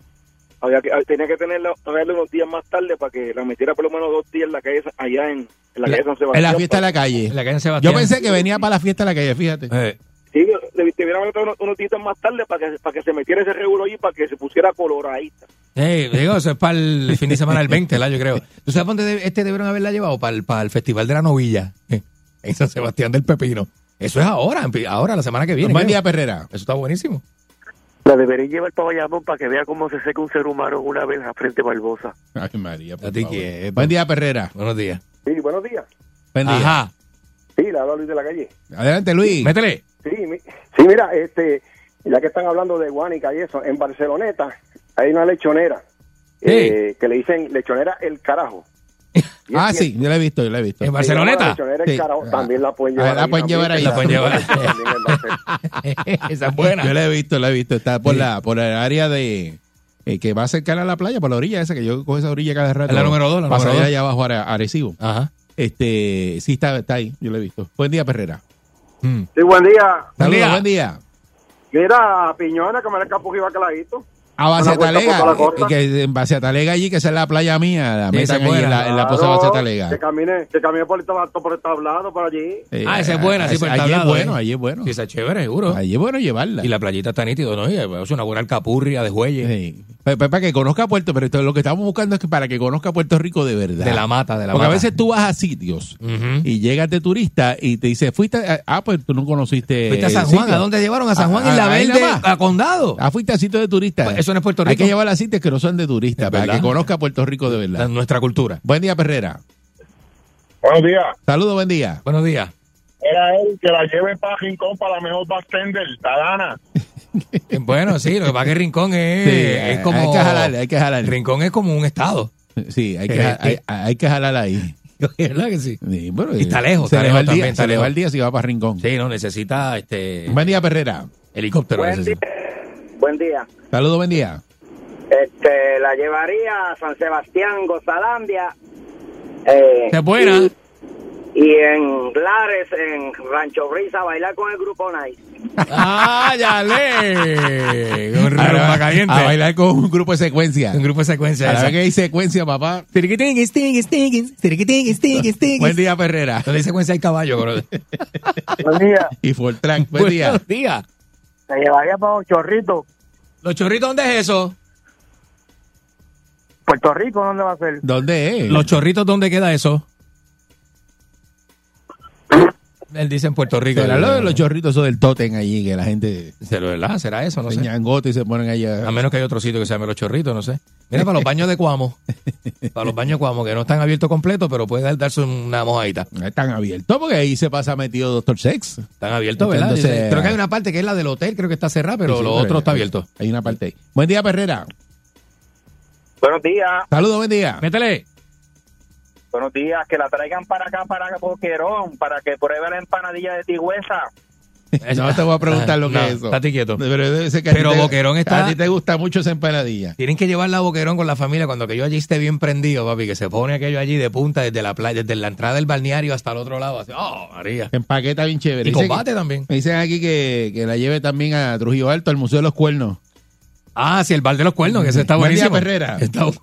había que, ah, tenía que tenerla, traerla unos días más tarde para que la metiera por lo menos dos días en la calle, allá en, en la, calle San
En
Sebastián. pues.
la fiesta de la calle.
En la calle de
Yo
Sebastián.
pensé que venía para la fiesta de la calle, fíjate.
Eh,
Sí, le- le hubiera matado unos, unos días más tarde para que, para que se metiera ese regulo ahí, para que se pusiera coloradita.
Eh, digo, eso es para el fin de semana del 20, ¿la? yo creo. ¿Tú sabes dónde de- este debieron haberla llevado? Para el, para el Festival de la Novilla, eh, en San Sebastián del Pepino. Eso es ahora, empe- ahora, la semana que viene.
Buen
creo.
día, Perrera.
Eso está buenísimo.
La debería llevar para Bayamón para que vea cómo se seca un ser humano una vez a frente Barbosa.
Ay, María, por
A ti
favor.
que-
Buen día, Perrera.
Buenos días.
Sí, buenos días.
Buen día.
Ajá.
Sí, le habla Luis de la calle.
Adelante, Luis. (laughs)
Métele.
Sí, mi- sí, mira, este, ya que están hablando de Guánica y eso, en Barceloneta hay una lechonera eh, que le dicen lechonera el carajo. Y es
Ah,
cierto.
sí, yo la he visto, yo la he visto.
¿En
Se llama
Barceloneta?
La lechonera el
Sí.
carajo, también la pueden
Ah,
llevar
la pueden llevar ahí.
La pueden llevar.
También en Barcelona.
Esa es buena.
Yo la he visto, la he visto. Está por la por el área de eh, que va cercana a la playa, por la orilla esa, que yo cojo esa orilla cada rato.
La número dos, la
Para
número
salir
dos.
allá abajo a Arecibo.
Ajá.
Este, sí, está, está ahí, yo la he visto. Buen día, Perrera. Mm.
Sí, buen día.
Saludos,
día.
buen día.
Mira, a Piñones, que me la capo que iba clarito.
A
Una vuelta por
Baciatalega,
toda la costa.
que en Baciatalega allí, que esa es la playa mía, la
Sí, esa
metan
es
ahí
buena.
en la, en la posa
Claro,
Baciatalega.
Que camine, que camine por el tablado, por el tablado, por allí.
Eh,
Ah, esa es buena, sí, por el
Allí es
tablado,
bueno,
eh.
allí es bueno.
Sí, esa es chévere, seguro.
Allí es bueno llevarla.
Y la playita está nítida, ¿no? Y Es una buena alcapurria de jueyes.
Sí. Pa- pa- Para que conozca Puerto pero esto- lo que estamos buscando es que para que conozca Puerto Rico de verdad.
De la mata, de la
Porque
mata.
a veces tú vas a sitios
Ujú.
y llegas de turista y te dice, fuiste, a- ah, pues tú no conociste.
Fuiste a San
el
Juan,
sitio".
¿a dónde llevaron? A San Juan
A-
en la
a- ahí
verde,
nada más.
a condado.
Ah, fuiste a sitios de turista.
Pues eso no es Puerto
Hay
Rico.
que llevar a sitios que no son de turista,
Es
para
verdad.
que conozca Puerto Rico de
La-
verdad.
nuestra cultura.
Buen día, Perrera.
Buenos días.
Saludos, buen día.
Buenos días.
Era él que la lleve para Rincón para la mejor bartender, Tadana.
Eh, Bueno, sí, lo que pasa es que Rincón es,
Sí,
es como...
Hay que jalar, hay que jalar.
Rincón es como un estado.
(laughs) Sí, hay que, ja- hay, hay que jalar ahí.
¿Verdad que sí?
Sí, bueno, eh,
Y está lejos,
se
está
le
lejos
va el día,
también, está
se le va
lejos.
el día si va para Rincón.
Sí, no, necesita este
Buen día, Perrera.
helicóptero.
Buen día.
necesita.
Buen día.
Saludos, buen día.
Este, la llevaría a San Sebastián, Gozalandia. Eh,
Esa es buena.
Y, y en Lares, en Rancho Brisa, a bailar con el grupo Nice.
¡Ah, ya le!
(laughs)
Un
A-
rumba caliente.
A bailar con un grupo de secuencia.
Un grupo de secuencia.
A la
esa.
vez que hay secuencia, papá.
Tiriquitinguis, tinguis, tinguis, tiriquitinguis, tinguis, tinguis.
Buen día, Perrera.
Donde hay secuencia hay caballo, bro.
Buen día.
Y Fortran, (laughs) buen día.
Buenos días.
La llevaría para un chorrito.
¿Los chorritos dónde es eso?
Puerto Rico, ¿dónde va a ser?
¿Dónde es?
¿Los chorritos dónde queda eso? Él dice en Puerto Rico.
Será lo de los chorritos esos del totem allí, que la gente
¿Se lo- ¿verdad? ¿Será eso? No
se
sé.
ñangota y se ponen allá.
A menos que haya otro sitio que se llame Los Chorritos, no sé. Mira, para los baños de
(laughs)
Cuamo. Para los baños de Cuamo, que no están abiertos completos, pero puede dar- darse una mojadita.
Están abiertos porque ahí se pasa metido Doctor Sex.
Están abiertos, ¿verdad?
Entonces,
Dice, creo que hay una parte que es la del hotel, creo que está cerrada, pero
Sí, eh, sí,
lo otro está abierto.
Hay una parte ahí. Buen día, Perrera.
Buenos días.
Saludos, buen día.
Métele.
Buenos días, que la traigan para acá, para Boquerón, para que pruebe la empanadilla de tigüesa.
(laughs) (laughs) No te voy a preguntar lo que
(laughs) No,
es eso.
Ah, estate quieto.
Pero, debe ser que a
Pero
ti te-
Boquerón está-
A ti te gusta mucho esa empanadilla.
Tienen que llevarla a Boquerón con la familia cuando aquello allí esté bien prendido, papi, que se pone aquello allí de punta desde la playa, desde la entrada del balneario hasta el otro lado. Así, ¡Oh, María!
Empaqueta bien chévere.
Y
Dicen que-
combate también.
Me dicen aquí que, que la lleve también a Trujillo Alto, al Museo de los Cuernos.
Ah, sí, el bar de los cuernos, que ese está
Buen día,
buenísimo.
Perrera.
Está bu-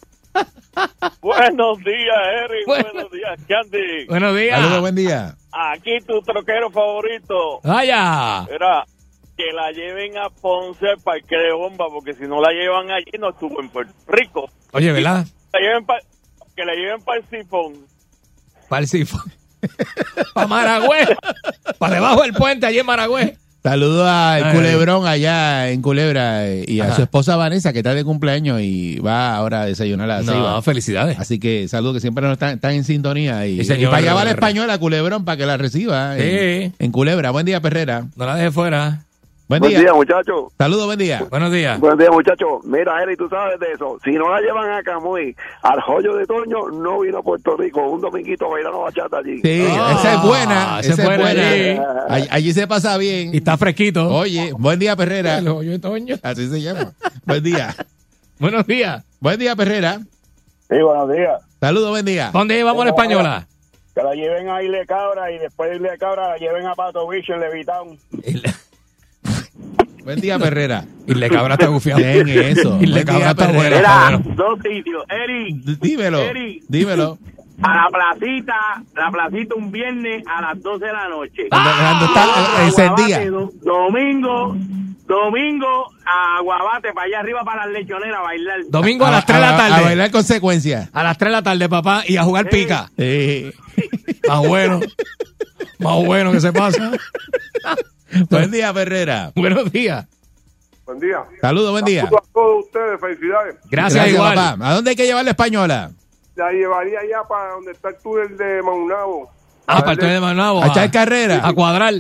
Buenos días, Eric.
Bueno.
Buenos días, Candy.
Buenos días.
Saludos, buen día.
Aquí tu troquero favorito.
Vaya.
Era que la lleven a Ponce al parque de bomba, porque si no la llevan allí, no estuvo en Puerto Rico.
Oye, ¿verdad?
La lleven pa- que la lleven para el sifón.
Para el (laughs) sifón. Para Maragüez. Para debajo del puente, allí en Maragüez.
Saludos a
Ay.
Culebrón allá en Culebra eh, y a
Ajá.
su esposa Vanessa, que está de cumpleaños y va ahora a desayunar a la
No,
ceiba.
felicidades.
Así que saludos que siempre nos están, están en sintonía. Y,
Sí, señor.
y para allá va la española Culebrón para que la reciba en,
Sí.
en Culebra. Buen día, Perrera.
No la dejes fuera.
Buen,
Buen
día.
día, muchachos.
Saludos, buen día.
Buenos días.
Buen día, muchachos. Mira, Eric, tú sabes de eso. Si no la llevan a Camuy, al joyo de Toño, no vino a Puerto Rico. Un dominguito bailando bachata allí.
Sí,
Ah,
esa es buena.
esa
Esa,
es
es
buena,
buena.
sí.
Allí, allí se pasa bien.
Y está fresquito.
Oye, buen día, Perrera.
El hoyo de Toño.
Así se llama. buen día.
Buenos días.
Buen día, Perrera.
Sí, buenos días.
Saludos, buen día.
¿Dónde íbamos la española?
Que la lleven a Isle Cabra y después de Isle Cabra la lleven a Pato Bicho en Levitown.
Y le-
Buen día, Perrera.
y le cabra está gufiado.
Bien, eso.
Y le
Buen día,
cabra está
Perrera.
bueno.
Era-
está bueno.
Dos sitios. Eric,
D- Dímelo.
Eri.
Dímelo.
a la placita, la placita un viernes a las 12 de la noche.
Cuando- cuando está-
Ah,
Otro,
ese
Aguabate,
día.
do- Domingo, domingo a Aguabate, para allá arriba para las lechoneras a bailar.
Domingo a las 3 de la
A
tarde.
bailar consecuencias.
A las 3 de la tarde, papá, y a jugar pica. Más bueno. Más bueno que se pasa.
Buen día, Ferrera.
Buenos días.
Buen día.
Saludos, buen día.
Saludos a todos ustedes, felicidades.
papá. ¿A dónde hay que llevar la española?
La llevaría ya para donde está el túnel de Maunabo.
Ah, para el tren de Manabo.
A echar carrera.
A cuadrar.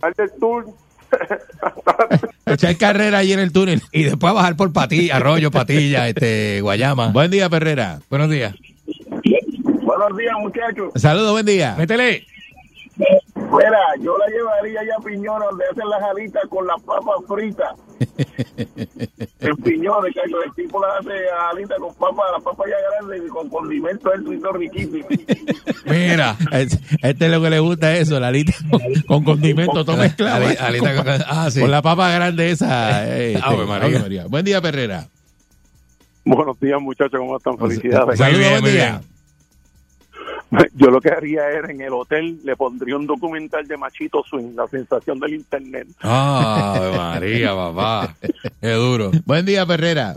Parte el tour.
A (laughs) echar carrera ahí en el túnel.
Y después bajar por Patilla, Arroyo, Patilla, este, Guayama.
Buen día, Ferrera.
Buenos días.
Buenos días, muchachos.
Saludos, buen día.
Métele.
Mira, yo la llevaría allá a Piñones, donde hacen las alitas con las papas fritas. En Piñones, chacho, el tipo las hace alitas con papas, las papas ya grandes y con condimentos, el tuito riquísimo.
(laughs)
Mira. Este, este es lo que le gusta eso, la alita con, con condimento, (laughs) todo mezclado.
Ali- (laughs) alita con- ah, sí.
Con la papa grande esa. eh,
(laughs)
este,
Ave María.
Ave María. Buen día, Ferrera.
Buenos días, muchachos, ¿cómo están?
Pues
Felicidades.
Saludos, buen día.
(laughs) Yo lo que haría era en el hotel, le pondría un documental de Machito Swing, la sensación del internet.
Ah, Ave María, papá. Qué duro.
Buen día, Ferrera.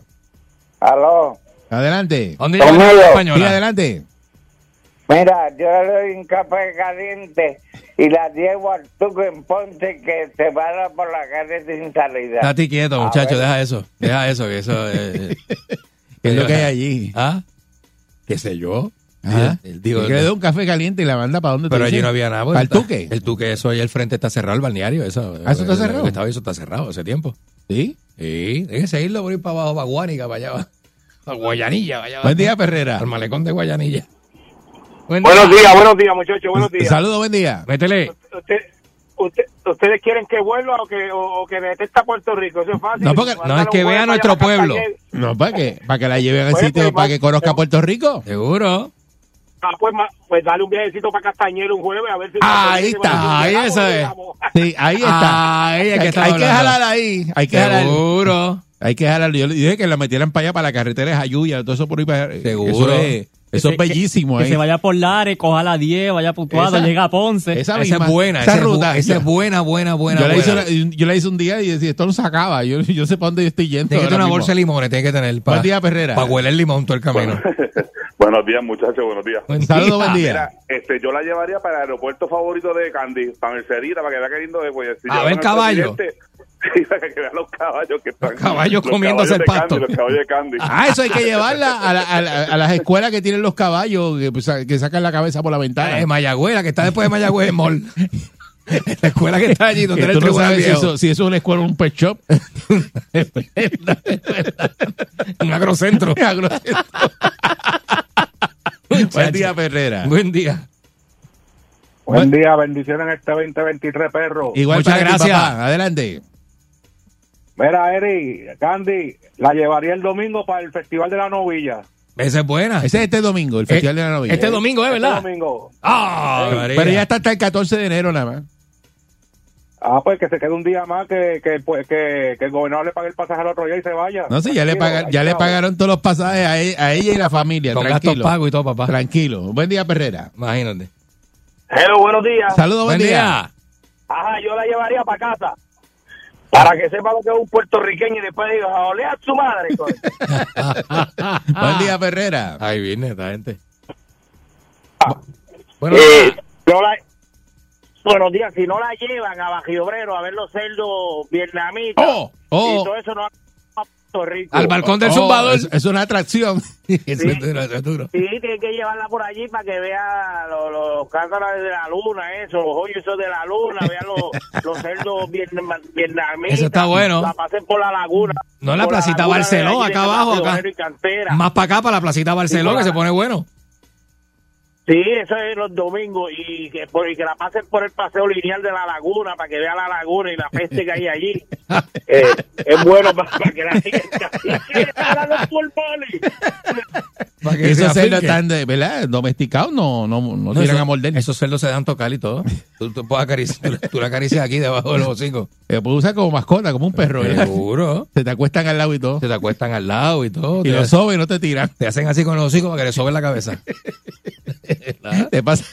Aló.
Adelante.
¿Dónde
Conmigo.
lleva
la
española?
española?
Sí, adelante.
Mira, yo le doy un café caliente y la llevo al tuco en Ponce que se para por la calle sin salida.
Estate quieto,
A
muchacho,
ver.
deja eso. Deja eso, que eso
(laughs)
eh,
¿Qué es lo que hay allí?
¿Ah? ¿Qué sé yo?
Ajá.
Él- él dijo-
Ah. Y que le dé un café caliente y la manda para dónde tú
Pero allí
dices?
no había nada. pues,
¿Para el
está-
tuque?
El tuque, eso ahí el frente está cerrado, el balneario. Eso,
Ah, ¿eso está
eh,
cerrado?
que Estaba, eso está cerrado hace tiempo.
¿Sí?
Sí, hay que seguirlo por ir para abajo, para Guánica, para allá, para Guayanilla, para allá.
Buen día, Ferrera.
Al malecón de Guayanilla. Buen
Buenos días, buenos días, muchachos, buenos días.
Saludos, buen día.
Métele.
Usted- usted- ¿Ustedes quieren que vuelva o que, o, o que detesta Puerto Rico? Eso es fácil.
No, porque-
No, es que vea nuestro pueblo.
No, para que, para que la lleven al
Bueno,
sitio,
pues,
para
va-
que conozca Puerto Rico.
Seguro.
Ah, pues, ma- pues dale un viajecito para Castañero un jueves a ver si...
Ahí está, ahí eso es. Sí, ahí está.
Ahí es que
hay,
estaba
hay que
hablando.
jalar ahí. Hay que jalar.
Seguro.
Hay que jalar. Yo le dije que la metieran para allá, para la carretera de Jayuya, todo eso por ahí para
Seguro. eh.
Eso es, eso es
Que se-
bellísimo
Que
ahí.
se vaya por Lares, coja la 10, vaya puntuado,
Esa-
llega a Ponce.
esa
Esa
misma.
es buena,
Esa
esa, es bu-
ruta.
esa es buena, buena, buena.
yo, la hice
buena.
una- yo la hice un día y decía, esto no se acaba. Yo, yo sé para dónde yo estoy yendo.
Tiene que tener
ahora
una
mismo.
bolsa de limones, tiene que tener. Para,
Buen día, Perrera.
Para hueler limón todo el
(laughs)
camino.
(laughs) Buenos días, muchachos, buenos días.
Buen Saludos, día. buen día.
Mira, este, yo la llevaría para el aeropuerto favorito de Candy, para Mercedita, para que vea qué lindo es. Pues, si
A
llevan
ver
al
caballo.
presidente, (laughs) sí, para que vea los caballos que están.
caballos
los
comiéndose el
caballos de
pasto.
Candy, los caballos de Candy.
Ah, eso hay que llevarla a, la- a la- a las escuelas que tienen los caballos, que, pues, sa- que sacan la cabeza por la ventana.
Eh, Mayagüez, la que está después de Mayagüez es Mall. (laughs) la escuela que está allí donde
Que
era
tú
el
no
tribunal
sabes si
viejo.
eso, si eso es una escuela o un pet shop.
Un agrocentro.
(laughs)
(laughs)
Un agrocentro. Buen día, Ferrera.
Buen día.
Buen día, bendiciones en este 2023, perro.
Igual para ti, papá. Adelante.
Mira, Eri, Candy, la llevaría el domingo para el Festival de la Novilla.
Esa es buena.
Ese es este domingo, el Festival de la Novilla.
Este domingo, ¿eh,
Este
verdad?
domingo.
Ah, María.
Pero ya está hasta el 14 de enero nada más.
Ah, pues que se quede un día más, que, que, pues, que, que el gobernador le pague el pasaje al otro día y se vaya.
No sé, ya le,
Tranquilo,
paga-
ahí
ya le
está.
pagaron todos los pasajes a e- a ella, y la familia.
Con gastos
tranquilo.
pagos y todo, papá.
Tranquilo. Buen día, Perrera.
Imagínate.
Hello, buenos días.
Saludos, buen, día.
Ajá, yo la llevaría para casa. Para que sepa lo que es un puertorriqueño y después diga, olé a su madre. coño".
(laughs)
Buen día, Ferrera.
Ahí viene esta gente.
Ah. Eh, no la- buenos días, si no la llevan a Bajiobrero a ver los cerdos vietnamitas
Oh, oh.
y todo eso no va a Puerto Rico.
Al balcón del
Oh,
zumbador.
Es, es
(laughs)
una atracción.
Eso es duro, eso es duro.
Sí, tiene que llevarla por allí para que vea los, los cántaros de la luna, eso, los hoyos esos de la luna,
(laughs)
vea los, los cerdos vietnam- vietnamitas.
Eso está bueno.
La pasen por la laguna.
No la
por
placita
laguna de
Barceló,
allí de
acá abajo,
Bajiobrero
acá.
y Cantera.
Más para acá, para la placita Barceló, que se pone bueno.
Sí, eso es los domingos y que, por, y que la pasen por el paseo lineal de la laguna para que vea la laguna y la peste que hay
(laughs)
allí. Eh, es bueno para, que la
(laughs)
gente...
Para que se
Esos cerdos
afinque.
están, de- ¿verdad? Domesticados, no, no, no tiran a morder.
Esos cerdos se dan tocar y todo. Tú, tú, puedes acariciar- tú, la- tú la acaricias aquí debajo de los hocicos.
Lo puedes usar pues, como mascota, como un perro. ¿verdad?
Seguro.
Se te acuestan al lado y todo.
Se te acuestan al lado y todo.
Y
te,
lo soben, no te tiran.
te hacen así con los hocicos para que le soben la cabeza.
Te pasa,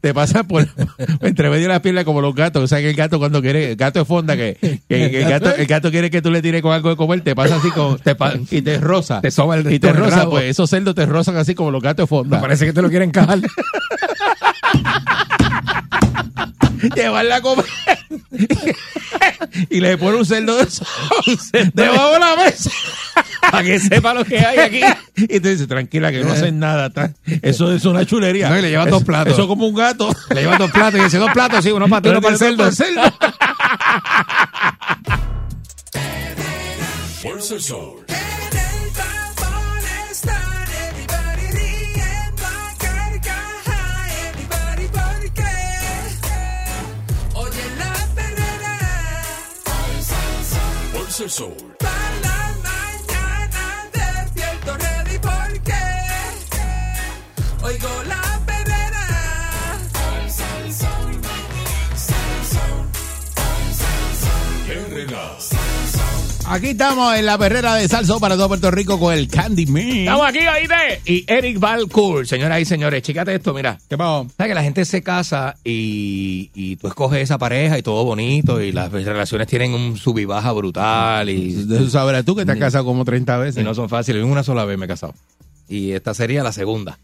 te pasa por (laughs) entre medio de las piernas como los gatos. O sea que el gato cuando quiere, el gato es fonda que, que- que el, gato, el gato quiere que tú le tires con algo de comer, te pasa así como (laughs) te pa- y te roza.
Te soba el
y te
con el
roza,
rabo.
pues esos cerdos te rozan así como los gatos de fonda.
Parece que te lo quieren cajar.
(laughs) Llevarla a
(laughs)
comer. y le pone un cerdo de esos debajo de la mesa.
Para que sepa lo que hay (laughs) aquí.
Y te dice, tranquila, que no hacen nada. ta- Eso es una chulería.
No, y le llevas dos
Eso-
platos.
Eso como un gato.
Le llevan dos platos y dice, dos platos, sí, uno para ti, uno para el cerdo.
Fuerza Sol. Fuerza Sol.
Oigo la perrera.
Aquí estamos en la perrera de Salso para todo Puerto Rico con el Candy Man.
Estamos aquí, oíste. Y Eric Valcourt, señoras y señores, chécate esto, mira.
¿Qué pasó?
¿Sabes que la gente se casa y, y tú escoges esa pareja y todo bonito y las relaciones tienen un sub y baja brutal y,
Eso sabrás tú que te has casado como 30 veces.
y no son fáciles. Una sola vez me he casado. Y esta sería la segunda.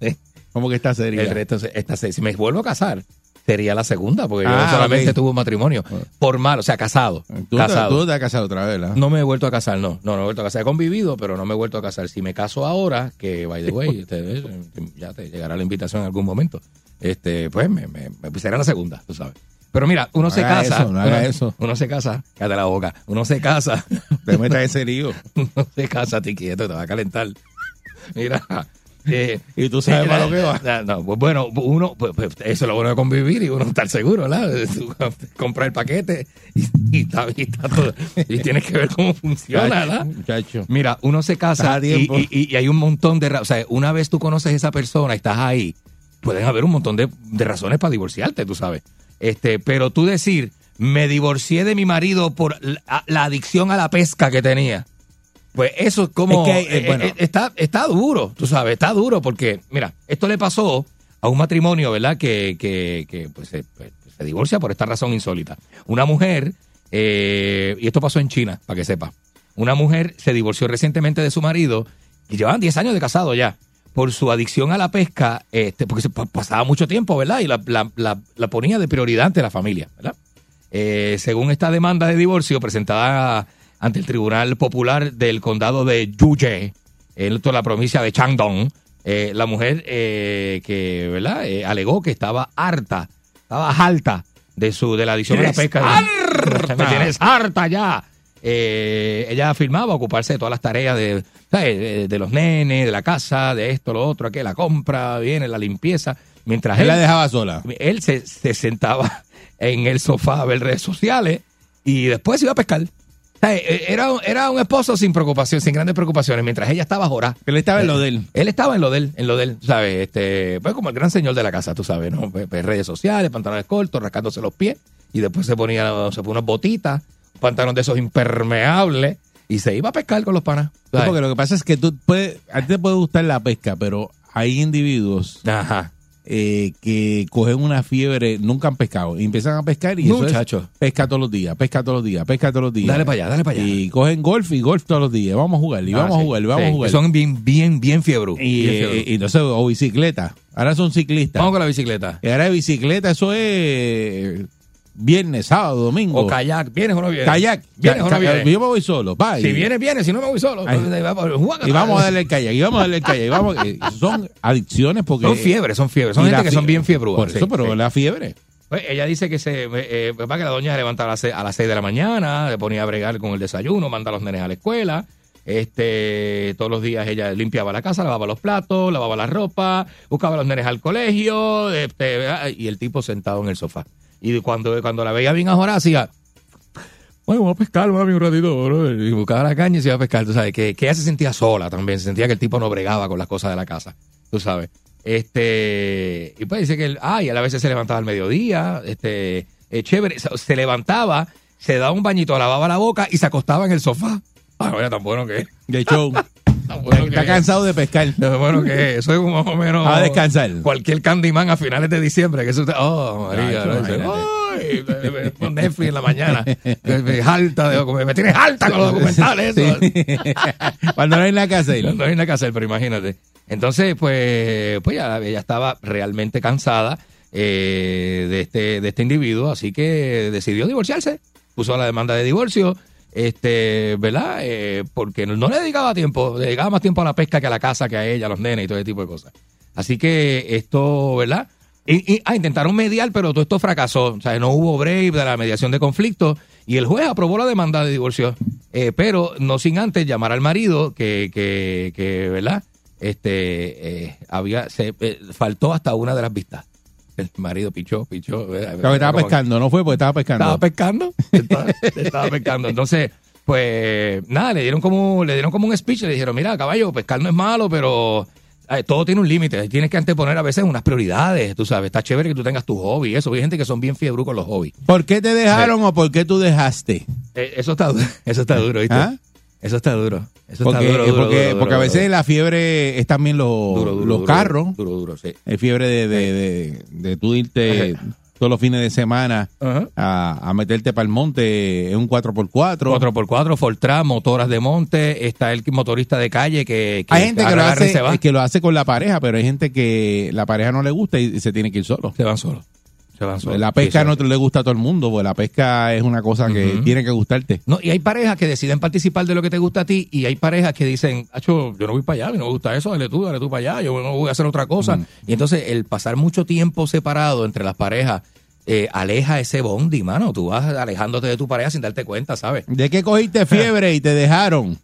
(laughs)
¿Cómo que está seria?
El resto es- esta, se- si me vuelvo a casar, sería la segunda porque
Ah,
yo solamente
ok. Ah.
tuve un matrimonio formal, o sea, casado.
Tú,
casado.
Te, tú te has casado otra vez, ¿verdad?
No me he vuelto a casar, no. No, no me he vuelto a casar. He convivido, pero no me he vuelto a casar. Si me caso ahora, que by the
(laughs)
way, ustedes, eh, ya te llegará la invitación en algún momento, este, pues me, me- me- será la segunda, tú sabes. Pero mira, uno
No
se
haga
casa.
eso, no haga
uno,
eso.
uno se casa, cállate la boca. Uno se casa,
Te metas ese lío.
uno se casa, ti quieto, te va a calentar. Mira. eh,
Y tú sabes para lo que va.
no, no, pues bueno, uno, pues, pues, eso es lo bueno de convivir y uno estar seguro, ¿verdad? Tú compras el paquete y, y está, y está todo. Y tienes que ver cómo funciona, ¿verdad?
Muchacho.
Mira, uno se
Está
casa
a
y,
tiempo.
y- y- y hay un montón de... ra- O sea, una vez tú conoces a esa persona y estás ahí, pueden haber un montón de, de razones para divorciarte, tú sabes. Este, pero tú decir, me divorcié de mi marido por la, la adicción a la pesca que tenía. Pues eso es como...
Es que hay- eh,
eh,
bueno.
eh, está, está duro, tú sabes, está duro porque, mira, esto le pasó a un matrimonio, ¿verdad? Que, que, que, pues, se, pues, se divorcia por esta razón insólita. Una mujer, eh, y esto pasó en China, para que sepa, una mujer se divorció recientemente de su marido y llevaban 10 años de casado ya. Por su adicción a la pesca, este, porque se pa- pasaba mucho tiempo, ¿verdad? Y la, la- la- la ponía de prioridad ante la familia, ¿verdad? Eh, según esta demanda de divorcio presentada ante el Tribunal Popular del Condado de Yuje, en toda la provincia de Changdong, eh, la mujer eh, que ¿verdad? Eh, alegó que estaba harta, estaba alta de su de la adicción a la
Eres
pesca. Me (laughs) tienes harta ya. Eh, ella afirmaba ocuparse de todas las tareas de, ¿sabes? de, de los nenes, de la casa, de esto, lo otro, aquel, la compra, viene, la limpieza. Mientras
Él la
él-
dejaba sola.
él se, se sentaba en el sofá a ver redes sociales y después iba a pescar. O sea, eh, Era, un- era un esposo sin preocupación, sin grandes preocupaciones, mientras ella estaba jorá.
Él estaba en lo de él.
Él estaba en lo de él, en lo de él, ¿sabes? Este, pues como el gran señor de la casa, tú sabes, ¿no? Pues, pues, redes sociales, pantalones cortos, rascándose los pies, y después se ponía, se ponía unas botitas, un pantalón de esos impermeables, y se iba a pescar con los panas.
No,
¿sabes?
porque lo que pasa es que tú puedes, a ti te puede gustar la pesca, pero hay individuos
Ajá.
eh, que cogen una fiebre, nunca han pescado, y empiezan a pescar y
Muchacho.
eso es, pesca todos los días, pesca todos los días, pesca todos los días.
Dale para allá, dale para allá.
Y cogen golf y golf todos los días, vamos a jugar, y
Ah,
vamos a
sí,
jugar, y vamos
sí,
a jugar.
Son bien, bien, bien fiebrú.
y,
Bien
eh,
fiebrú.
y entonces, o bicicleta, ahora son ciclistas.
Vamos con la bicicleta.
Y ahora de bicicleta, eso es viernes, sábado, domingo.
O kayak, ¿vienes o no vienes?
Kayak.
¿Vienes o no
Ca- ca-
vienes?
Yo me voy solo, bye.
Si vienes, vienes, si no me voy solo.
Ay. Y vamos a darle el kayak, y vamos a darle el kayak, y vamos. eh, Son adicciones
(laughs)
porque.
Son fiebres, son fiebres. Son
y la
gente que son
fiebre-
bien fiebrudas.
Por
sí,
eso, pero
sí.
la fiebre.
Pues ella dice que se eh, eh, para que la doña se levantaba a las, seis, a las seis de la mañana, le ponía a bregar con el desayuno, manda a los nenes a la escuela, Este, todos los días ella limpiaba la casa, lavaba los platos, lavaba la ropa, buscaba a los nenes al colegio, este, ¿verdad? y el tipo sentado en el sofá. Y cuando, cuando la veía bien ajorada, hacía, bueno, vamos a pescar, mami, un ratito, bro. Y buscaba la caña y se iba a pescar, tú sabes, que, que ella se sentía sola también, se sentía que el tipo no bregaba con las cosas de la casa, tú sabes. Este, y pues dice que, él, ay, a veces se levantaba al mediodía, este, eh, chévere, se se levantaba, se daba un bañito, lavaba la boca y se acostaba en el sofá. Ah, vaya, tan bueno que es.
De
(laughs)
show.
Tan bueno que
Está
es.
cansado de pescar.
Tan bueno que es. Soy como más o menos.
A descansar.
Cualquier Candyman a finales de diciembre. Que eso te- Oh, María.
Nacho,
¿no? Dice,
imagínate.
"Ay, me- me- con Netflix en la mañana. Me, me jalta de documentales. Me tienes alta con los documentales. eso.
Cuando no hay nada que hacer.
No hay nada que hacer, pero imagínate. Entonces, pues, pues ya ella estaba realmente cansada eh, de, este, de este individuo, así que decidió divorciarse. Puso la demanda de divorcio, este, ¿verdad? Eh, porque no, no le dedicaba tiempo, le dedicaba más tiempo a la pesca que a la casa, que a ella, a los nenes y todo ese tipo de cosas. Así que esto, ¿verdad? Y, y- ah, intentaron mediar, pero todo esto fracasó. O sea, no hubo break de la mediación de conflicto y el juez aprobó la demanda de divorcio. Eh, pero no sin antes llamar al marido que, que, que ¿verdad? Este, eh, había, se, eh, faltó hasta una de las vistas. El marido pichó, pichó. ¿verdad?
Estaba, estaba
Como que-
pescando, no fue porque estaba pescando.
estaba pescando. (laughs) Estaba, estaba pescando. Entonces, pues nada, le dieron como le dieron como un speech, le dijeron, "Mira, caballo, pescar no es malo, pero eh, todo tiene un límite, tienes que anteponer a veces unas prioridades, tú sabes, está chévere que tú tengas tu hobby, y eso, hay gente que son bien fiebru con los hobbies.
¿Por qué te dejaron o por qué tú dejaste?
Eh, eso está du- (laughs) eso está duro, ¿viste?
¿Ah?
Eso está duro. Eso
Porque,
está duro, duro,
porque,
duro, duro,
porque a
duro.
veces la fiebre es también los,
Duro, duro,
los
duro,
carros.
Duro, duro, sí.
Es fiebre de, de, de, de tú irte todos los fines de semana
Ajá.
a, a meterte para el monte en un 4x4.
4x4, Fortran, motoras de monte, está el motorista de calle que,
hay gente que lo,
agarra y se
hace,
va.
que lo hace con la pareja, pero hay gente que la pareja no le gusta y se tiene que ir solo.
Se van solos. Se van solos.
La
Sí, se
pesca
van
no te le gusta a todo el mundo, pues la pesca es una cosa que
Ujú.
tiene que gustarte.
No, y hay parejas que deciden participar de lo que te gusta a ti y hay parejas que dicen, Acho, yo no voy para allá, a mí no me gusta eso, dale tú, dale tú para allá, yo no voy a hacer otra cosa. Y entonces el pasar mucho tiempo separado entre las parejas eh, aleja ese bondi, mano. Tú vas alejándote de tu pareja sin darte cuenta, ¿sabes?
¿De qué cogiste fiebre y te dejaron?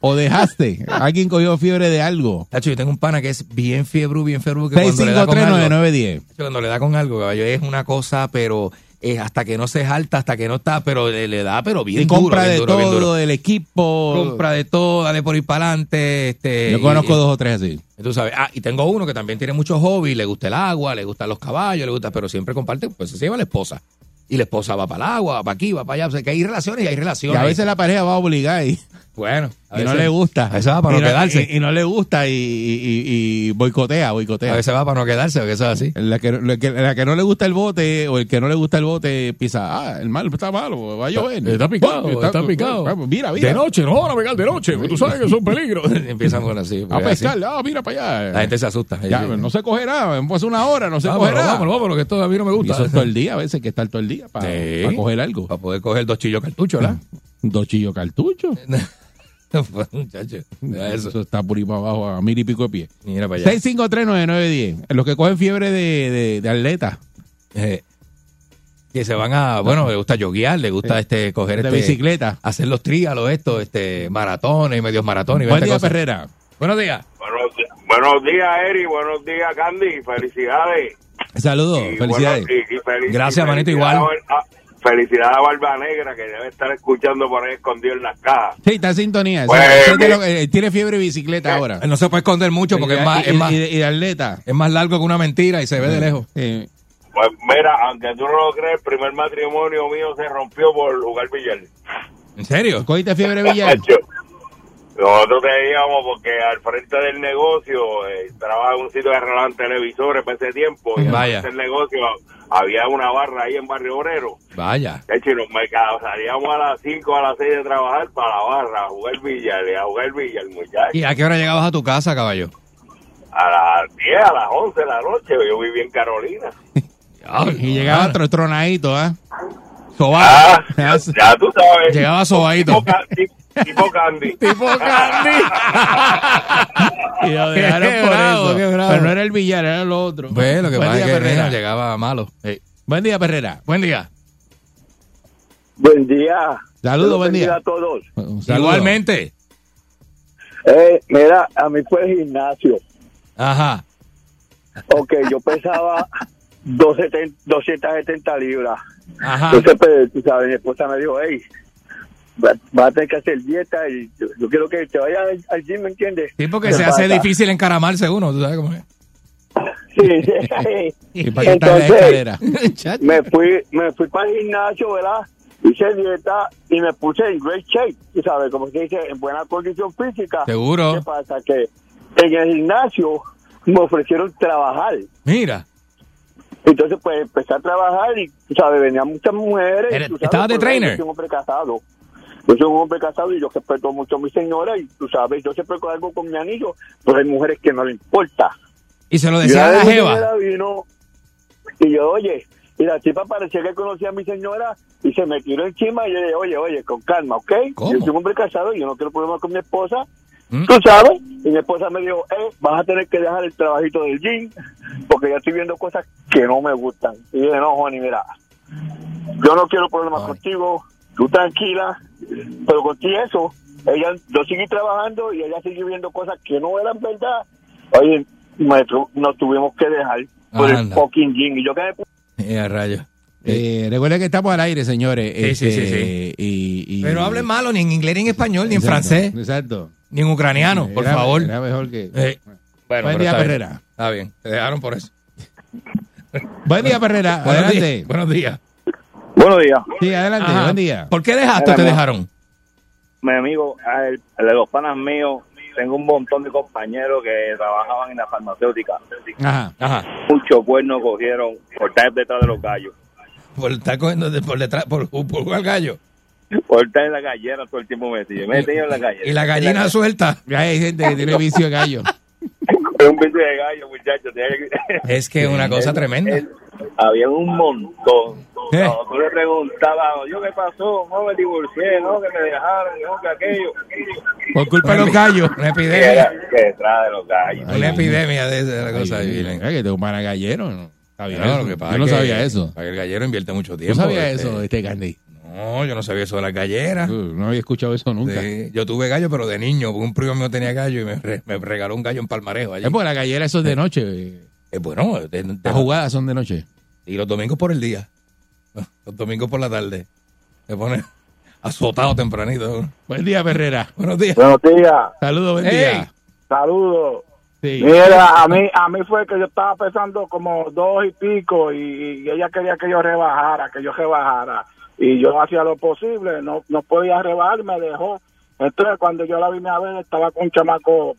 ¿O
(laughs)
dejaste? ¿Alguien cogió fiebre de algo?
Acho, yo tengo un pana que es bien fiebre, bien fiebre, que cuando le da con algo,
6539910.
Acho, cuando le da con algo, caballo, es una cosa, pero eh, hasta que no se jalta, hasta que no está, pero le, le da, pero bien
Y
duro,
compra
bien
de
duro, bien duro.
todo, del equipo.
compra de todo, dale por ir para adelante. Este,
Yo conozco dos o tres así.
y Tú sabes, ah, y tengo uno que también tiene muchos hobbies, le gusta el agua, le gustan los caballos, le gusta, pero siempre comparte, pues se lleva la esposa. Y la esposa va para el agua, va para aquí, va para allá. O sea, que hay relaciones y hay
Y
relaciones.
a veces la pareja va a obligar y,
Bueno, a
y no
veces-
le gusta. eh,
A veces va para
Y
no quedarse.
Y, y no le gusta y, y- y- y boicotea, boicotea.
a veces va para no quedarse, porque eso es así.
La que, la, que, la que no le gusta el bote o el que no le gusta el bote piensa, ah, el mal está malo, va a llover.
Está picado, está picado.
Vamos, Mira, mira.
De noche, no van a pegar de noche, porque tú sabes que son peligros. (laughs) Empiezan con así.
a
porque es así.
pescar, ah, mira para allá.
La gente se asusta.
Ya,
Sí, sí.
no se coge nada, pues una hora, no se
Vámonos,
coge nada.
vámonos, vámonos, que esto a mí no me
Y eso
gusta.
es todo el día, a veces hay que estar todo el día para
Sí.
coger algo.
(laughs)
Mm,
Para poder coger dos chillos cartuchos, ¿verdad?
Dos chillos cartuchos.
(laughs) pues, Muchacho, mira
Eso.
eso.
está por ahí para abajo, a mil y pico de pie.
Mira para allá.
6539910. Los que cogen fiebre de, de, de atleta.
Eh, que se van a, bueno, le gusta yoguear, le gusta este coger
De
este,
bicicleta.
hacer los tríalos estos, este, maratones y medios maratones. y
Buen
veinte
día,
cosas.
Ferrera.
Buenos días.
Buenos, di- buenos días, Eri. Buenos días, Candy. Felicidades.
Saludos,
Y
felicidades.
bueno, y- y fel-
Gracias,
y
manito,
felicidad
igual.
a- a- Felicidades ah, a Barba Negra, que debe estar escuchando por ahí escondido en las cajas.
Sí, está en sintonía.
Pues,
Ese es de
eh,
lo que- eh, tiene fiebre de bicicleta ahora.
Eh, No se puede esconder mucho porque es más,
Y-
es más,
y, de- y de atleta.
es más largo que una mentira y se ve de lejos.
Eh,
Pues mira, aunque tú no lo creas, el primer matrimonio mío se rompió por jugar billar.
¿En serio?
¿Cogiste fiebre billar?
Nosotros teníamos porque al frente del negocio eh, trabajaba en un sitio que arreglaban televisores para ese tiempo. Y
Vaya.
al frente del negocio había una barra ahí en Barrio Obrero.
Vaya.
De hecho, y nos merca- salíamos a las 5 a las 6 de trabajar para la barra, a jugar billar, y a jugar billar, muchachos.
¿Y a qué hora llegabas a tu casa, caballo?
A las 10, a las 11 de la noche, yo viví en Carolina.
y llegaba otro tronadito,
¿eh?
¿ah?
Sobado. (laughs)
Ya, ya tú sabes.
Llegaba sobadito.
Tipo, ca- ti- tipo
(laughs)
Candy.
(laughs) Tipo Candy.
Y lo
Qué
dejaron por
bravo,
eso.
qué bravo.
Pero no era el billar, era lo otro.
Pues lo que
Buen
pasa
día,
es que
Perrera.
nena, llegaba malo. Eh,
Buen día, Perrera.
Buen día.
Buen día.
Saludos,
Dios
buen
bendiga
día.
a todos.
Un saludo.
Igualmente.
Eh, mira, a mí fue el gimnasio.
Ajá.
Ok, yo pesaba 270 270 libras.
Ajá.
Entonces, pues, tú sabes, mi esposa me dijo, hey, va- vas a tener que hacer dieta y yo, (laughs) yo quiero que te vayas al, al gym, ¿me entiendes?
Sí, porque
Me
se hace
falta.
difícil encaramarse uno, tú sabes cómo es.
Sí, sí.
(laughs) Y para quitar la escalera.
(laughs) me fui, me fui para el gimnasio, ¿verdad? Hice dieta y me puse en great shape, tú sabes, como se dice, en buena condición física.
Seguro.
¿Qué pasa? Que en el gimnasio me ofrecieron trabajar.
Mira.
Entonces, pues empecé a trabajar y, tú sabes, venían muchas mujeres.
Eres-
tú sabes,
estabas de
porque
trainer.
Yo soy un hombre casado. Yo soy un hombre casado y yo respeto mucho a mi señora y, tú sabes, yo siempre algo con mi anillo, pero hay mujeres que no le importa.
Y se lo
Y
Pues decía a
una
la
vez mi
jeva.
señora vino y yo, oye, y la tipa parecía que conocía a mi señora y se me tiró encima y yo le dije, oye, oye, con calma, ¿ok? Yo soy un hombre casado y yo no quiero problemas con mi esposa.
¿Mm?
Tú sabes, y mi esposa me dijo, eh, vas a tener que dejar el trabajito del gym porque ya estoy viendo cosas que no me gustan. Y dije, no, Juani, mira, yo no quiero problemas contigo, tú tranquila, pero contigo eso, ella, yo seguí trabajando y ella sigue viendo cosas que no eran verdad. Oye, me tu- nos tuvimos que dejar por el
Anda.
fucking gym. Y yo que me puse
Eh, a rayo.
Eh, recuerden que estamos al aire, señores.
Sí, sí, sí,
Este, Y, y-
Pero hablen malo, ni en inglés, ni en español, ni en
Exacto,
francés,
Exacto.
ni en ucraniano, por
Era-
favor.
era mejor que-
Eh, bueno,
Buen
pero
día,
está bien.
Perrera.
Está bien, te dejaron por eso.
Buen día, Perrera.
Buenos
Ah, Adelante.
días, Buenos días.
Buenos días. Sí, adelante.
Ajá.
Buen día.
¿Por qué dejaste?
Era
Te
más.
dejaron.
mi amigo, a él, a los panas míos, tengo un montón de compañeros que trabajaban en la farmacéutica.
Ajá,
ajá.
Muchos cuernos cogieron por estar detrás de los gallos,
Por estar cogiendo de- por detrás, por, por, por el gallo.
por estar en la gallera todo el tiempo metido. Me he metido en la gallera.
Y la gallina
(laughs)
suelta.
Hay gente que tiene vicio de gallo.
Es un bicho de gallo, muchachos.
Es que es una cosa tremenda. Eh.
Había un montón. Cuando tú le preguntabas, yo qué pasó, no me divorcié, no, que me dejaron, no, que aquello.
Por culpa de los gallos.
Era
Una epidemia.
que detrás de los gallos.
Una epidemia de esa de la cosa. ahí.
Es que te humana gallero. ¿no? Sabía
Claro,
eso.
lo que pasa
eh, Yo no
es que-
sabía eso.
El gallero invierte mucho
Yo
tiempo.
sabía
este,
eso,
(laughs)
este Candy.
No, yo no sabía eso de las galleras.
Uh, No había escuchado eso nunca.
Sí, yo tuve gallo, pero de niño. Un primo mío tenía gallo y me, re- me regaló un gallo en Palmarejo. Allí.
Es porque la gallera eso es de noche. eh.
Eh, bueno, de- de-
Las jugadas son de noche.
y los domingos por el día. (laughs) Los domingos por la tarde. Se pone azotado tempranito.
Buen día, Perrera.
Buenos días.
Buenos días.
Saludos, buen
Ey.
día.
Saludos.
Sí.
Mira, a mí, a mí fue que yo estaba pesando como dos y pico y, y ella quería que yo rebajara, que yo rebajara. Y yo hacía lo posible, no, no podía rebajar, me dejó. Entonces, cuando yo la vine a ver, estaba con un chamaco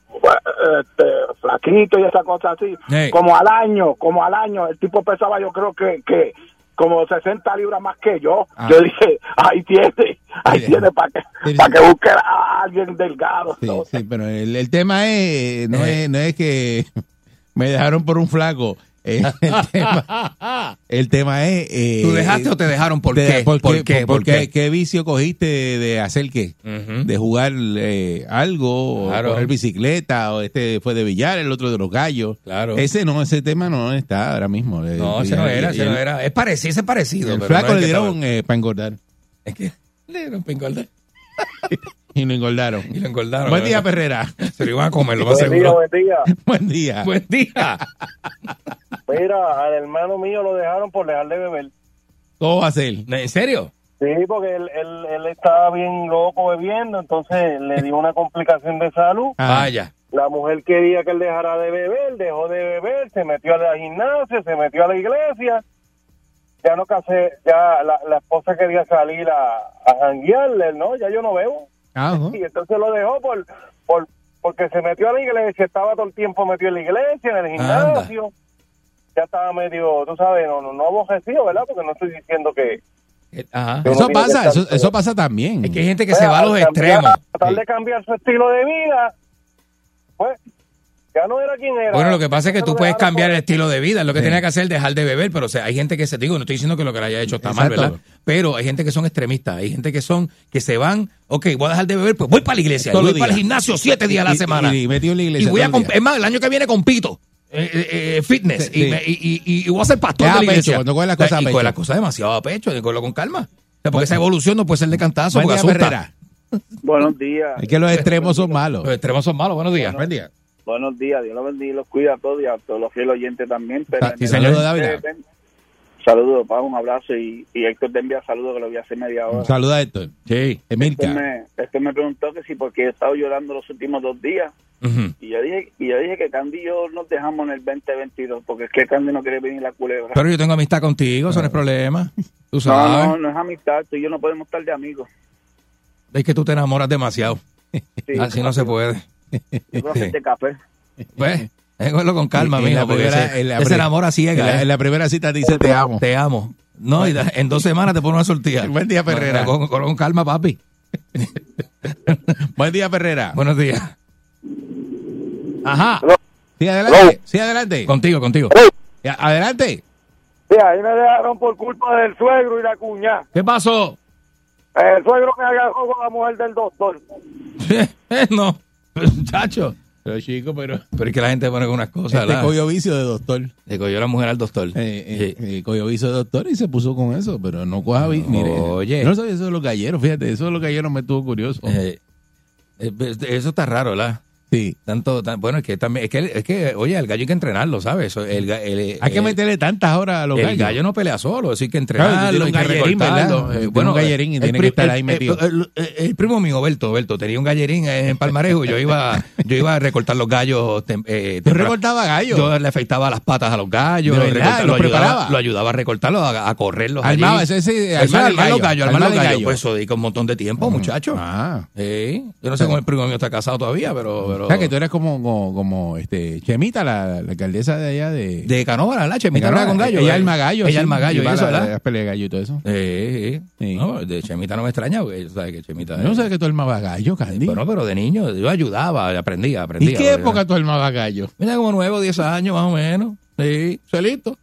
este, flaquito y esa cosa así.
Ey.
Como al año, como al año, el tipo pesaba yo creo que, que como 60 libras más que yo.
Ah.
Yo dije, ahí tiene, ahí tiene para que, para que busque a alguien delgado.
Sí, sí, pero el, el tema es no,
Eh.
es, no es que (laughs) me dejaron por un flaco. Eh, El,
(laughs)
tema, el tema es... eh,
¿Tú dejaste o te dejaron? ¿Por
te-
qué?
¿Por
¿Por
qué?
qué?
¿Por
¿Por
qué?
qué?
¿Qué vicio cogiste de, de hacer qué?
Ujú.
De jugar eh, algo,
Claro.
o correr bicicleta, o este fue de billar, el otro de los gallos.
Claro.
Ese no, ese tema no está ahora mismo. Eh,
No, ese
y-
no era,
y
ese
el-
no era. Es parecido, ese es parecido.
El
pero
flaco
no es
le
que
dieron eh, para engordar
estaba- Le dieron pa' engordar.
y no engordaron.
Y lo engordaron.
Buen día,
¿verdad?
Perrera.
Se lo iban a comer, lo más
Buen día,
seguro.
buen día.
(laughs) Buen día.
Buen día.
Mira, al hermano mío lo dejaron por dejar de beber.
¿Cómo va a ser?
¿En serio?
Sí, porque él, él, él estaba bien loco bebiendo, entonces le dio una complicación de salud.
Ah.
Vaya.
La mujer quería que él dejara de beber, dejó de beber, se metió a la gimnasia, se metió a la iglesia. Ya no casé, ya la, la esposa quería salir a, a janguearle, ¿no? Ya yo no bebo.
Ah,
Y entonces lo dejó por, por porque se metió a la iglesia, estaba todo el tiempo metido en la iglesia, en el gimnasio. Ya estaba medio, tú sabes, no, no, no aborrecido, ¿verdad? Porque no estoy diciendo que...
Eh, Ajá.
Eso pasa, eso, eso pasa también. Es que hay
gente
Mira, al cambiar- al Tratar de cambiar su estilo de vida, pues ya no era quien era.
Bueno, lo que pasa es que tú puedes cambiar el estilo de vida. Lo que tenía que hacer es dejar de beber, pero o sea, hay gente que se digo, no estoy diciendo que lo que le haya hecho está mal,
Exacto.
¿verdad? Pero hay gente que son extremistas, hay gente que son que se van, ok, voy a dejar de beber, pues voy para la iglesia,
Todos
voy
los
para el
días.
gimnasio siete días a la
Y-
semana.
Y, y metido en la
Y
iglesia.
voy a
todo el
comp- es más, el año que viene compito. eh, eh, eh, fitness
Sí,
y, me- y- y- y voy a ser pastor
Es
de
a
la
pecho,
iglesia
cuando coge las
O sea,
cosas a
y
pecho.
coge las cosas demasiado a pecho y cogerlo con calma O sea, porque esa evolución no puede ser de cantazo
Buen
porque
día,
asusta
Herrera.
Buenos días.
Es que los extremos son malos.
Los extremos son malos. Buenos días.
Buen día.
Buenos días, Dios los bendiga y los cuida a todos y a todos los fieles oyentes también. Pero
Ah,
Sí, señor. Saludos, Dávila.
Ven- Saludos, Pablo, un abrazo y, y Héctor te envía saludos que lo vi hace media hora.
Saluda a Héctor. Sí.
Este
Emilka.
me, este me preguntó que si porque he estado llorando los últimos dos días
Ujú.
y yo dije y yo dije que Candy y yo nos dejamos en el 2022 porque es que Candy no quiere venir la culebra.
Pero yo tengo amistad contigo, eso no es problema. Tú
no,
sabes.
no, no es amistad, tú y yo no podemos estar de amigos.
Es que tú te enamoras demasiado.
Sí.
Así no se puede.
Yo creo que
Sí.
este café.
(laughs) Pues, cógelo con calma,
En la
mijo, porque
primera-
ese,
en la
ese
pri-
enamora ciega.
en la-
¿eh?
en la primera cita te dice, "Te amo".
Te amo. No, y da- en dos semanas te pone una sortilla.
Buen día, Ferrera.
No, Con, con- con calma, papi.
Buen día, Ferrera.
Buenos días. Ajá.
Sí, adelante. Sí, adelante.
Contigo, contigo.
Ya, Adelante.
Sí, ahí me dejaron por culpa del suegro y la cuñada.
¿Qué pasó?
El suegro me agarró con la mujer del doctor.
Eh, no, muchacho.
Pero chico, pero...
Pero es que la gente pone con unas cosas.
Este
¿verdad?
cogió vicio de doctor.
Le cogió la mujer al doctor.
Eh, eh, eh, cogió vicio de doctor y se puso con eso, pero no coja vicio. Mire,
Oye.
yo no sabía eso de los galleros, fíjate, eso de los galleros me estuvo curioso.
Eh, eh, pues, Eso está raro, ¿verdad?
Sí.
Tanto, tan- bueno, es que también, es que, es que, oye, al gallo hay que entrenarlo, ¿sabes? Eso, el, ga- el-
Hay que
el-
meterle tantas horas a los
eh, el
gallos.
gallo no pelea solo, eso hay que
Claro,
entrenarlo,
tiene un
hay que
gallerín, ¿verdad?
recortarlo.
Tiene un gallerín y tiene que
pri-
estar ahí metido.
El, el- el primo mío, Berto, Berto, tenía un gallerín eh, en Palmarejo. Yo iba, yo iba a recortar los gallos. tem- eh,
Tú
temprano.
recortabas gallos.
Yo le afeitaba las patas a los gallos.
¿De
recortaba-
verdad? ¿Los
ayudaba,
preparaba?
lo ayudaba a recortarlos, a, a correrlos. allí.
Armaba, ese- ese-
Eso era
armar el
armar los
gallo,
gallos,
armar
armar los
el
gallos.
gallo.
Pues eso dedica un montón de tiempo, muchacho.
Ah. Mm.
Sí. Yo no sé cómo el primo mío está casado todavía, pero. pero-
O sea, que tú eres como, como, como, este, Chemita, la, la alcaldesa de allá de...
De Canóvara, la Chemita
Canóvara.
hablaba con gallo. eh.
Ella alma gallo.
Ella
sí,
alma gallo,
y
y
va
eso,
a la-
¿verdad?
las peleas de gallo y todo eso.
Sí, sí. No, pues de Chemita no me extraña, porque tú sabes que Chemita.
Yo no sé que tú armabas gallo, Candy.
Bueno, pero de niño yo ayudaba, aprendía, aprendía.
¿Y qué
porque-
época tú armabas gallo?
Mira, como nuevo, 10 años más o menos. Sí, solito.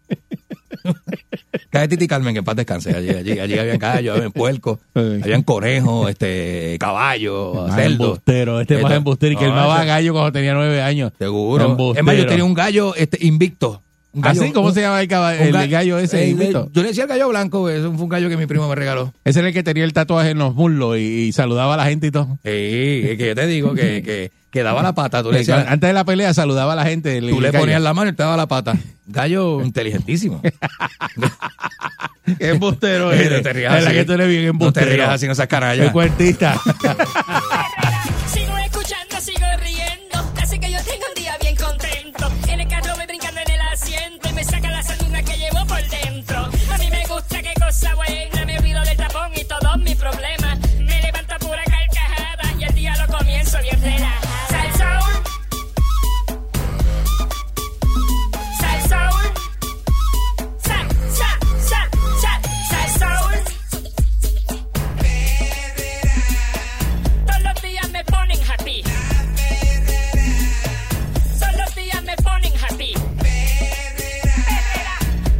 Cae Titi Carmen, que en paz descanse. Allí, allí, allí habían gallos,
(laughs)
habían puercos, habían conejos, este, caballos,
Más
cerdos.
embustero, este más
Esto-
embustero y que
No,
armaba
eso-
gallo cuando tenía nueve años.
Seguro.
Embustero.
Es más, yo tenía un gallo este, invicto. Un
¿Ah,
gallo-
sí? ¿Cómo
un-
se llama el, caba-
un
el
ga-
gallo ese?
Eh,
invicto?
Yo le decía el gallo blanco, eso fue un gallo que mi primo me regaló.
Ese era el que tenía el tatuaje en los muslos y, y saludaba a la gente y todo.
Sí, es que yo te digo
(laughs)
que, que, que daba la pata. Tú le,
Eh,
decías-
Antes de la pelea saludaba a la gente. el-
tú le
el gallo.
ponías la mano y te daba la
(laughs)
pata. Gallo inteligentísimo.
¡Qué embustero
Eh, no (laughs)
eres!
te rías
Es la
así.
que tú eres bien
No te
embustero.
rías así, no seas canalla.
El cuentista.
Sigo escuchando, sigo riendo. Así que yo tengo un día bien contento. En el carro voy brincando en el asiento y me saca la sanduna que llevo por dentro. A mí me gusta qué cosa buena. Me olvido del tapón y todos mis problemas. Me levanta pura carcajada y el día lo comienzo bien relajada. Sal Soul. Sal Soul. Sal, sal, sal, sal, sal Soul. Todos los días me ponen happy. Todos los días me ponen happy.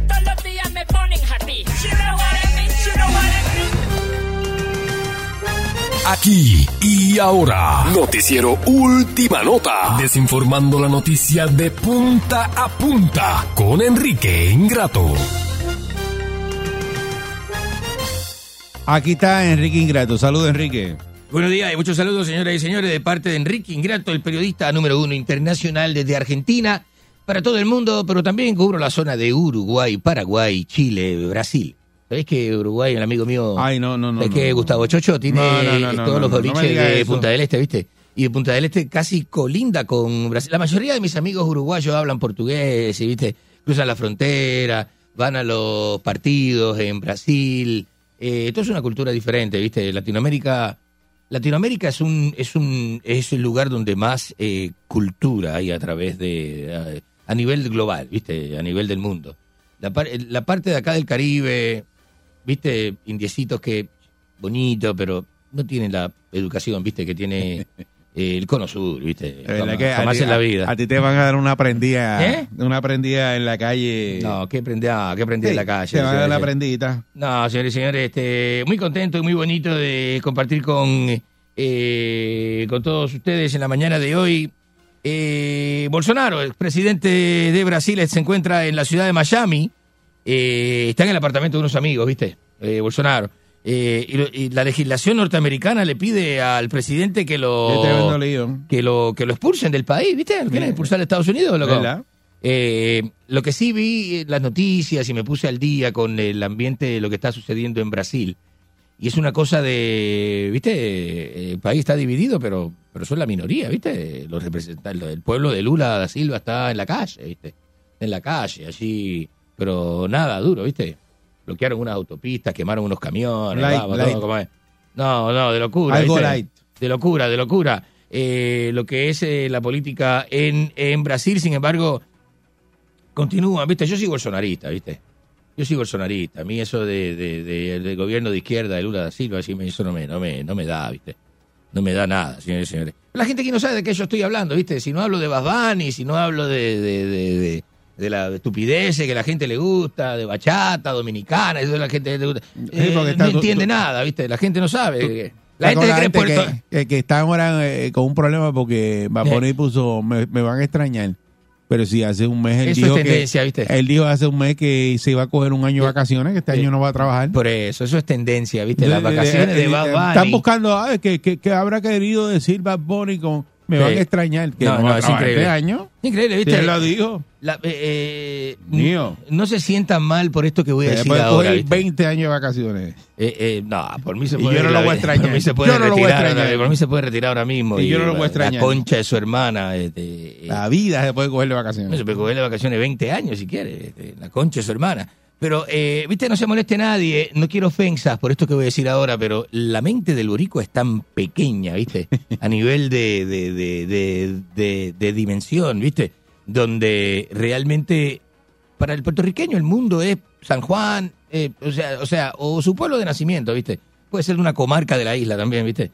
Todos los días me ponen happy. You know what I mean, you know what I mean.
Aquí y ahora, noticiero Última Nota, desinformando la noticia de punta a punta con Enrique Ingrato.
Aquí está Enrique Ingrato. Saludos, Enrique.
Buenos días y muchos saludos, señoras y señores, de parte de Enrique Ingrato, el periodista número uno internacional desde Argentina, para todo el mundo, pero también cubro la zona de Uruguay, Paraguay, Chile, Brasil. ¿Sabés que Uruguay, el amigo mío,
Ay, no, no, no.
es
no,
que
no.
Gustavo Chocho tiene
No, no, no,
eh,
no,
todos
no,
los
no, no me
boliches
diga
de
eso.
Punta del Este, ¿viste? Y de Punta del Este casi colinda con Brasil. La mayoría de mis amigos uruguayos hablan portugués, y, ¿viste? Cruzan la frontera, van a los partidos en Brasil. Eh, esto es una cultura diferente, ¿viste? Latinoamérica Latinoamérica es un es un es el lugar donde más eh, cultura hay a través de eh, a nivel global, ¿viste? A nivel del mundo. La, par- la parte de acá del Caribe, ¿viste? Indiecitos que bonito, pero no tienen la educación, ¿viste? Que
(laughs)
tiene eh, el Cono Sur, ¿viste?
De verdad
Jamás,
Eh, que a
jamás
ti-
en la vida.
A, a ti te van a dar una prendida.
¿Eh?
Una prendida en la calle.
no, que aprendí, ah, que aprendí en
Sí,
la calle.
Te van a dar la
señores.
prendita.
No, señores y señores, este, muy contento y muy bonito de compartir con, eh, con todos ustedes en la mañana de hoy. Eh, Bolsonaro, el presidente de Brasil, se encuentra en la ciudad de Miami. Eh, está en el apartamento de unos amigos, ¿viste? Eh, Bolsonaro. eh, y, lo- y la legislación norteamericana le pide al presidente que
Yo te
lo,
vendo lío.
que lo, que lo expulsen del país, ¿viste? Lo quieren expulsar de Estados Unidos, loco.
¿Verdad?
Eh, lo que sí vi eh, las noticias y me puse al día con el ambiente de lo que está sucediendo en Brasil. Y es una cosa de, ¿viste? Eh, El país está dividido, pero, pero son la minoría, ¿viste? Los representantes, el pueblo de Lula da Silva está en la calle, ¿viste? En la calle, allí, pero nada, duro, ¿viste? Bloquearon unas autopistas, quemaron unos camiones,
Light,
vamos,
light.
todo como es. No, no, de locura.
Algo
¿viste?
light.
De locura, de locura. Eh, lo que es eh, la política en, en Brasil, sin embargo, continúa, ¿viste? Yo soy bolsonarista, ¿viste? Yo soy bolsonarista. A mí eso de, de- de- del gobierno de izquierda, de Lula da Silva, así me, eso no me, no, me, no me da, ¿viste? No me da nada, señores y señores. La gente que no sabe de qué yo estoy hablando, ¿viste? Si no hablo de Basbani, si no hablo de, de, de, de- de la estupidez que la gente le gusta, de bachata, dominicana, eso la gente le gusta. Eh,
porque
no
está- tú-
entiende
tú-
nada, ¿viste? La gente no sabe. la
Está
gente
con
cree en Puerto...
que, que, que está ahora eh, con un problema porque va a poner puso, me, me van a extrañar. Pero si hace un mes
Eso
él
es
dijo
tendencia,
que
¿viste?
él dijo hace un mes que se iba a coger un año de vacaciones, que este año no va a trabajar.
Por eso, eso es tendencia, ¿viste? Las
De- de-
vacaciones Pues, de
eh,
Bad Bunny.
Están buscando, ah, que, que, que habrá querido decir Bad Bunny con me
Sí.
van a extrañar que no, va a
es
trabajar
increíble. Este
este año.
Increíble, ¿viste?
Sí, él lo dijo.
La- eh, eh,
Mío.
No se sientan mal por esto que voy a
Se
decir
puede
ahora.
coger
¿viste?
20 años de vacaciones.
Eh, eh, no, por mí se
Y
puede
yo no
ir
lo
la-
voy a extrañar.
Por mí se puede
Yo no lo voy a
retirar,
extrañar.
ahora- por mí se puede retirar ahora mismo.
Y yo no lo voy a
la-
extrañar. Ah,
La concha de su hermana. este, eh,
La vida se puede coger de vacaciones.
No se puede coger de vacaciones 20 años si quiere, este, la concha de su hermana. Pero, eh, viste, no se moleste nadie, no quiero ofensas por esto que voy a decir ahora, pero la mente del borico es tan pequeña, viste, a nivel de, de, de, de- de- de dimensión, viste, donde realmente para el puertorriqueño el mundo es San Juan, eh, o, sea, o sea, o su pueblo de nacimiento, viste, puede ser una comarca de la isla también, viste,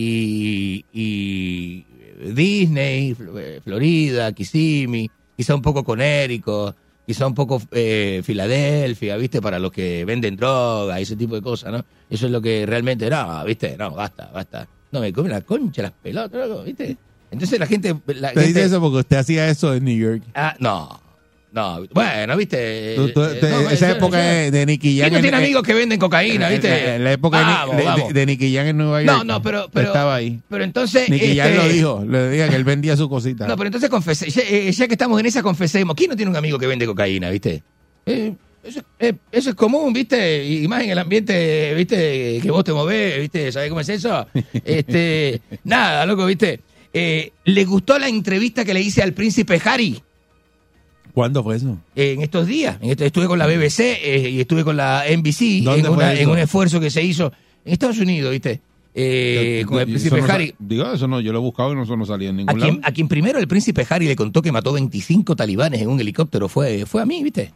y, y eh, Disney, Fl- eh, Florida, Kissimmee, quizá un poco Conérico, quizá un poco eh, Filadelfia, ¿viste? Para los que venden droga y ese tipo de cosas, ¿no? Eso es lo que realmente, no, ¿viste? No, basta, basta. No, me come la concha, las pelotas, loco, ¿viste? Entonces la gente... La
Usted
gente-
dice eso porque usted hacía eso en New York.
Ah, no, no. Bueno, ¿viste?
Tú- tú-
Eh,
te-
no,
esa
eso-
época
eso-
de, de Nicky Jam.
¿Quién no
en-
tiene
en-
amigos que venden cocaína,
E en- en-
viste? Ah,
en la época de Ni-
Vamos,
de,
vamos.
de Nicky Jam en Nueva York.
No, no, pero... pero
E estaba ahí.
Pero entonces...
Nicky Jam
este,
lo dijo, le diga que él vendía su cosita.
No, pero entonces confesé, ya, eh, ya que estamos en esa, confesemos. ¿Quién no tiene un amigo que vende cocaína, viste? Eh, eso, eh, eso es común, viste, y más en el ambiente, viste, que vos te movés, viste, ¿sabés cómo es
(laughs)
eso? Este, nada, loco, viste. Eh, ¿Le gustó la entrevista que le hice al príncipe Harry?
¿Cuándo fue eso?
Eh, en estos días. En esto- estuve con la BBC eh, y estuve con la NBC
¿Dónde
en,
fue
una-
eso?
en un esfuerzo que se hizo en Estados Unidos, ¿viste? Eh, con el
Yo-
príncipe
eso no sa-
Harry.
digo, eso no, yo lo he buscado y no, eso no salía en
A
ningún lado.
quien, a quien primero el príncipe Harry le contó que mató 25 talibanes en un helicóptero fue, fue a mí, ¿viste?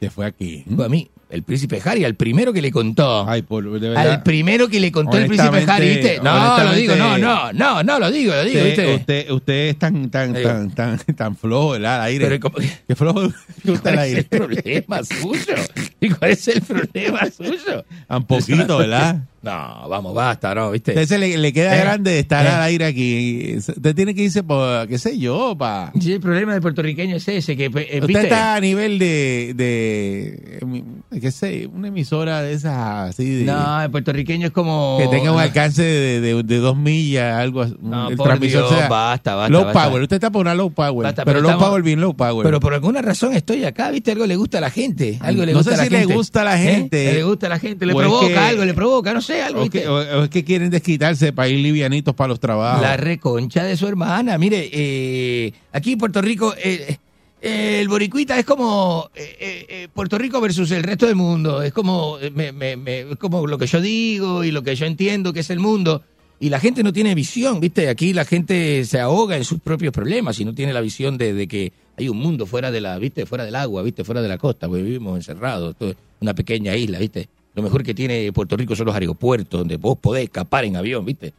Que fue aquí.
Fue a mí. El príncipe Harry, al primero que le contó.
¿Mm? Ay, por, de verdad.
Al primero que le contó el príncipe
Honestamente-
Harry, ¿viste? No, lo
honestamente-
digo, no, no, no, no, lo digo, lo digo,
usted,
¿viste?
Usted, usted es tan, tan,
Digo.
tan, tan, tan flojo, ¿verdad? Al aire.
Pero como-
Qué flojo (laughs) que
(laughs)
usted
¿Cuál
al
es el
aire.
problema suyo? ¿Y cuál es el problema suyo?
Un
(laughs)
poquito, ¿verdad?
No, vamos, basta, no, ¿viste?
Usted se le, le queda
Eh,
grande estar
eh.
al aire aquí. Usted tiene que irse por, qué sé yo, pa.
Sí, el problema del puertorriqueño es ese, que, eh,
Usted
¿viste?
está a nivel de, de, eh, qué sé, una emisora de esas así de,
No, el puertorriqueño es como... Ah.
que tenga un alcance de, de, de dos millas, algo así.
No,
El
por
transmisor
Dios,
sea
basta, basta,
Low
basta.
power, usted está por una low power.
Basta,
pero,
pero
low
estamos-
power, bien low power.
Pero por alguna razón estoy acá, ¿viste? Algo le gusta a la gente. Algo le
No
gusta
sé
a la
si le
gente.
gusta a la
¿Eh?
gente.
Le gusta a la gente, le
O es
provoca
que-
algo, le provoca, no sé, algo,
o, que-
¿viste?
o- o es que quieren desquitarse para ir livianitos para los trabajos.
La reconcha de su hermana. Mire, eh, aquí en Puerto Rico, eh, eh, el boricuita es como eh, eh, eh, Puerto Rico versus el resto del mundo. Es como, eh, me- me- me- es como lo que yo digo y lo que yo entiendo que es el mundo. Y la gente no tiene visión, ¿viste? Aquí la gente se ahoga en sus propios problemas y no tiene la visión de, de que hay un mundo fuera de la, ¿viste? Fuera del agua, ¿viste? Fuera de la costa, porque vivimos encerrados. Esto es una pequeña isla, ¿viste? Lo mejor que tiene Puerto Rico son los aeropuertos donde vos podés escapar en avión, ¿viste?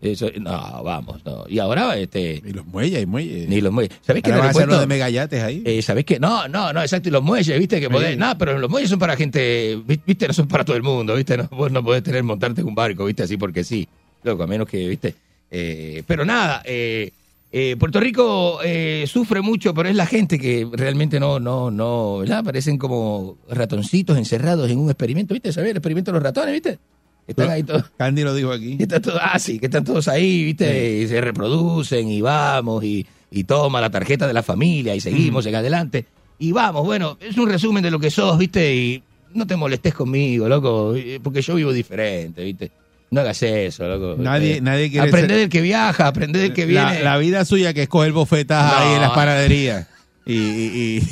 Eso, no, vamos, no. Y ahora, este.
Ni los muelles, hay muelles.
Ni los muelles. ¿Sabés que en
Ahora
el
van a hacer lo
aeropuerto-
de megayates ahí.
eh, ¿Sabés qué? No, no, no, exacto. Y los muelles, viste, que podés.
Sí.
No, pero los muelles son para gente. vi- Viste, no son para todo el mundo, viste. No, vos no podés tener, montarte en un barco, viste, así porque sí. Loco, a menos que, viste. Eh, pero nada, eh, Eh, Puerto Rico eh, sufre mucho, pero es la gente que realmente no, no, no, ¿verdad? Parecen como ratoncitos encerrados en un experimento, ¿viste? ¿Sabes? El experimento de los ratones, ¿viste? Están ahí todos.
Candy lo dijo aquí.
Que están todos, ah, sí, que están todos ahí, ¿viste? Y se reproducen y vamos y, y toma la tarjeta de la familia y seguimos
Mm.
en adelante. Y vamos, bueno, es un resumen de lo que sos, ¿viste? Y no te molestes conmigo, loco, eh, porque yo vivo diferente, ¿viste? No hagas eso, loco.
Nadie,
¿viste?
nadie quiere
Aprende
ser-
del que viaja, aprende del que
La-
viene.
La, vida suya que es coger bofetadas
No.
ahí en las panaderías. Y, y, y-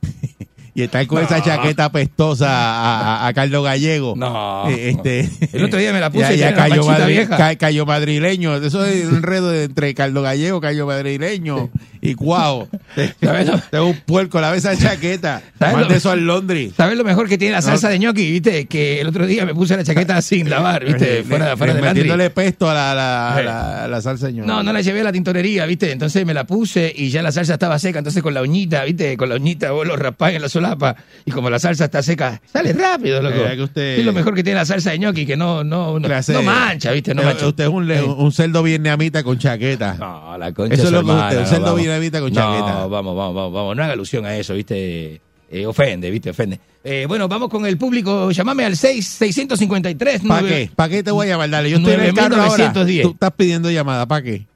(laughs) y estar con
No.
esa chaqueta apestosa a, a- a Carlos Gallego.
No.
Eh, Este,
El otro día me
(laughs)
la puse
Ya,
y
ya
tiene la
cayó,
panchita
madri-
vieja.
ca- cayó madrileño. Eso es un enredo de- entre Carlos Gallego, Cayo Madrileño y Cuau. (laughs) Es un puerco, la esa chaqueta.
(laughs) ¿Sabes lo-
Mande eso al Londres.
¿Sabes lo mejor que tiene la
No.
salsa de ñoqui, viste? Que el otro día me puse la
(laughs)
chaqueta sin lavar, viste, fuera, fuera de Landry.
Eh, Metiéndole pesto a la, la,
Sí.
la- la salsa, señor.
No, no la llevé a la tintorería, ¿viste? Entonces me la puse y ya la salsa estaba seca. Entonces con la uñita, ¿viste? Con la uñita vos lo raspás en la solapa y como la salsa está seca, sale rápido, loco.
Eh, que usted-
Es lo mejor que tiene la salsa de ñoqui, que no, no, no,
clase-
no mancha, ¿viste? No
Eh,
mancha.
Usted es un, le-
Eh.
un cerdo vietnamita con chaqueta. No,
la Concha
Eso es
su
lo que
hermana,
usted, un
no,
cerdo
vamos.
vietnamita con chaqueta.
No, vamos, vamos, vamos, vamos. No haga alusión a eso, ¿viste? Eh, ofende, ¿viste? Ofende. Eh, bueno, vamos con el público. Llámame al 6, 653
¿Para qué? ¿Para qué te voy a llamar? Dale, yo estoy en el carro ahora.
9.910.
Tú estás pidiendo llamada, ¿para qué?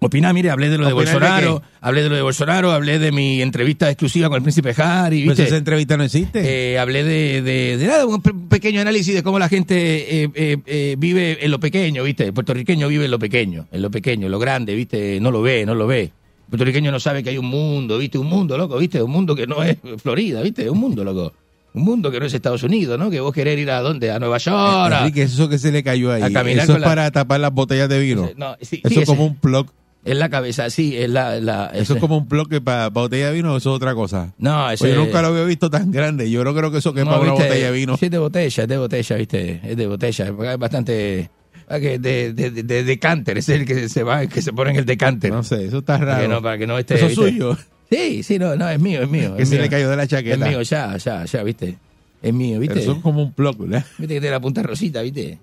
Opina, mire, hablé de lo de Bolsonaro, hablé de lo de Bolsonaro, hablé de mi entrevista exclusiva con el príncipe Harry,
Pues
¿viste?
esa entrevista no existe.
Eh, hablé de, de- de nada, un pe- pequeño análisis de cómo la gente eh, eh, eh, vive en lo pequeño, ¿viste? El puertorriqueño vive en lo pequeño, en lo pequeño, en lo grande, ¿viste? No lo ve, no lo ve. El puertorriqueño no sabe que hay un mundo, ¿viste? Un mundo, loco, ¿viste? Un mundo que no es Florida, ¿viste? Un mundo, loco. Un mundo que no es Estados Unidos, ¿no? Que vos querés ir a dónde? A Nueva York. a-
Enrique, eso que se le cayó ahí.
A caminar
Eso
con
es
la-
para tapar las botellas de vino.
No, sí, sí,
eso es
ese-
como un plug.
Es la cabeza, sí, es la... la-
Eso
ese-
es como un plug que para botella de vino, eso es otra cosa.
No, ese-
Oye, yo nunca lo había visto tan grande. Yo no creo que eso que es
No,
para una
viste,
botella de vino.
Sí, es de botella, es de botella, viste. Es de botella. porque Es bastante. ah, que De, de, de, de decanter, es el que se va, que se pone en el decanter.
No sé, eso está
Para que
raro.
no, para que no esté.
eso es
¿viste?
suyo.
Sí, sí, no, no, es mío, es mío.
Que
es
se
mío.
le cayó de la chaqueta.
Es mío, ya, ya, ya, viste. Es mío, viste.
Pero Eso es como un plug, ¿verdad?
Viste que tiene la punta rosita, viste.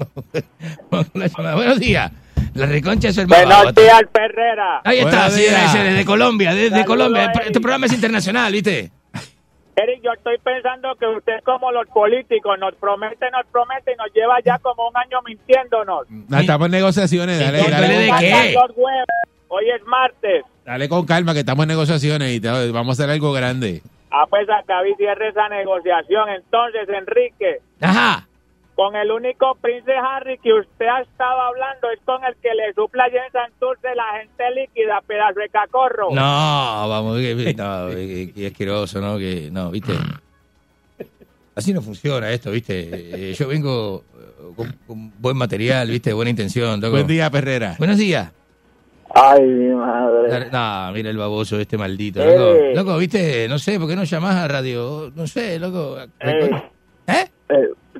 (laughs) Vamos con la llamada. Buenos días. La reconcha es su hermano.
Buenos días, Perrera.
Ahí está,
Buenos
sí, era
días.
ese, desde Colombia, desde
Saludos,
Colombia.
Eric.
Este programa es internacional, viste.
Eric, yo estoy pensando que usted es como los políticos, nos promete, nos promete y nos lleva ya como un año mintiéndonos.
Ah, estamos en negociaciones. Dale, dale,
Nos
con-
mandan los huevos. Hoy es martes.
dale con calma, que estamos en negociaciones y te- vamos a hacer algo grande.
Ah, pues acá vi cierre esa negociación. Entonces, Enrique,
Ajá.
con el único Prince Harry que usted ha estado hablando es con el que le supla allá en Santurce la gente líquida, pedazo de cacorro.
No, vamos, que, no,
(laughs)
que, que asqueroso, ¿no? Que, no, viste. Así no funciona esto, viste. Eh, yo vengo eh, con, con buen material, viste, buena intención. loco.
Buen día, Perrera.
Buenos días.
Ay, mi madre.
No, mira el baboso este maldito.
Eh.
Loco, Loco, viste, no sé, ¿por qué no llamás a radio? No sé, loco.
Eh.
¿Eh?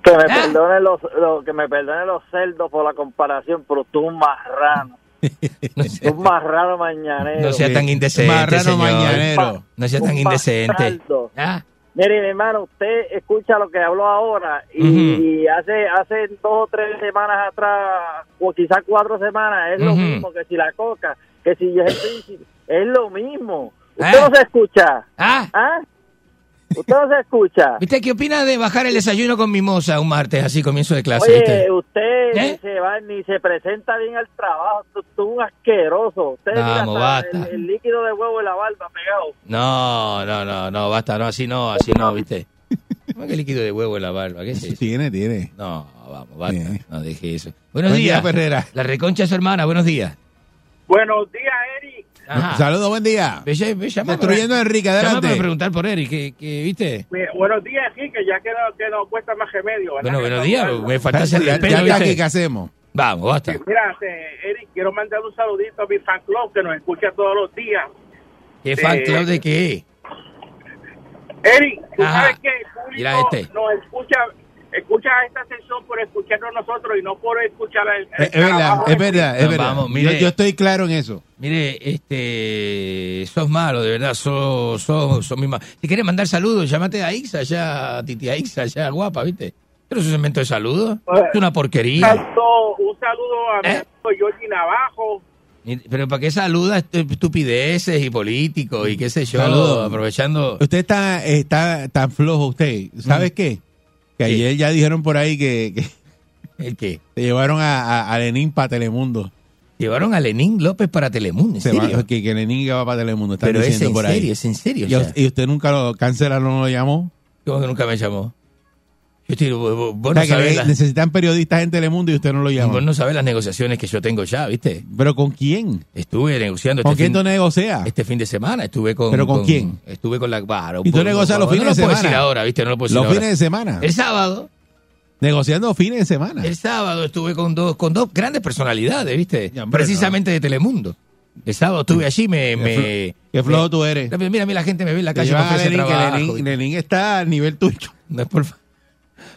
Que me
Ah.
perdonen los, lo- que me perdonen los cerdos por la comparación, pero tú un marrano. Tú un marrano mañanero.
No seas tan indecente,
Marrano
señor.
mañanero.
No seas tan
Un
indecente. ¿Ah?
bastardo. Mire, mi hermano, usted escucha lo que habló ahora y,
Ujú.
y hace hace dos o tres semanas atrás, o quizás cuatro semanas, es lo
Ujú.
mismo que si la coca, que si yo es el príncipe, es lo mismo. Usted no se escucha.
¿Ah?
Usted no
(laughs)
se escucha.
¿Viste qué opina de bajar el desayuno con mimosa un martes, así comienzo de clase? ¿viste?
Oye, usted
¿Eh?
ni se va ni se presenta bien al trabajo, tú, tú un asqueroso. Usted mira,
Vamos,
hasta
basta.
El, el líquido de huevo y la barba pegado.
No, no, no, no, basta, no, así no, así no,
(laughs)
¿viste? ¿Cómo que líquido de huevo en la barba? ¿Qué es eso?
Tiene, tiene.
No, vamos, basta, no deje eso. Buenos
Buen día,
días,
Perrera.
La reconcha es su hermana, buenos días.
Buenos días, Eric.
Ajá.
Saludos, buen día.
Bella, bella,
Destruyendo a Enrique, adelante.
para preguntar por Eric, que, que, ¿viste?
Buenos días, sí, que ya que no, que no cuesta más remedio. ¿verdad?
Bueno, buenos días, me faltaste el
Ya-
respeto,
ya está
¿viste?
aquí, ¿qué hacemos?
Vamos, basta.
Mira, eh, Eric, quiero mandar un saludito a mi fan club que nos escucha todos los días.
¿Qué fan
Eh,
club de qué?
Eric, tú
Ajá.
sabes que el público
Mira este.
nos escucha, escucha esta sesión por escucharnos nosotros y no por escuchar el... el
Es,
Eh,
es verdad,
trabajo
es
de-
verdad, es
No,
verdad.
vamos,
Yo-
mire.
yo, estoy claro en eso.
Mire, este, sos malo, de verdad, sos, sos, sos mi ma- Si quieres mandar saludos, llámate a Ixa, ya, a Titi a Ixa, ya, guapa, ¿viste? Pero eso es invento de saludos, es una porquería. ¿eh?
Saludo- un saludo a mi amigo Jordi Navajo,
Pero ¿para qué saluda estu- estupideces y políticos y qué sé yo?
Saludos.
Aprovechando.
Usted está, está tan flojo, usted. ¿Sabes qué? Que ayer ya dijeron por ahí que, que
¿El qué?
te llevaron a, a- a Lenín para Telemundo.
Llevaron a Lenín López para Telemundo. ¿en
Se va-
serio?
que, que Lenín va para Telemundo. Están
Pero es
diciendo
en
por ahí.
serio, es en serio. o
Y, a-
sea,
y usted nunca lo cancela, no lo llamó.
¿Cómo que nunca me llamó? Yo estoy, vos- vos- vos no
o sea, que
sabés
ve-
las-
necesitan periodistas en Telemundo y usted no lo llama.
vos no sabés las negociaciones que yo tengo ya, ¿viste?
¿Pero con quién?
Estuve negociando
¿Con
este
quién
fin,
tú negocias?
este fin de semana. Estuve con.
Ah. ¿Pero con quién?
Estuve con la. Bah, no
¿Y tú
puedo-
negocias los
no,
fines
no
de
lo puedo
semana?
decir ahora, ¿viste? No lo puedo decir
Los
ahora.
fines de semana.
El sábado.
Negociando fines de semana.
El sábado estuve con dos, con dos grandes personalidades, ¿viste?
hombre,
Precisamente de Telemundo. El sábado estuve allí, me...
Qué
me-
flo- qué flojo
me-
tú eres.
Mira, mira, a mí la gente me ve en la
Te
calle
llevan
me
a
ofrece
Lenín, que
trabajo.
Lenín- Lenín está al nivel
(laughs)
tuyo.
No es por, fa-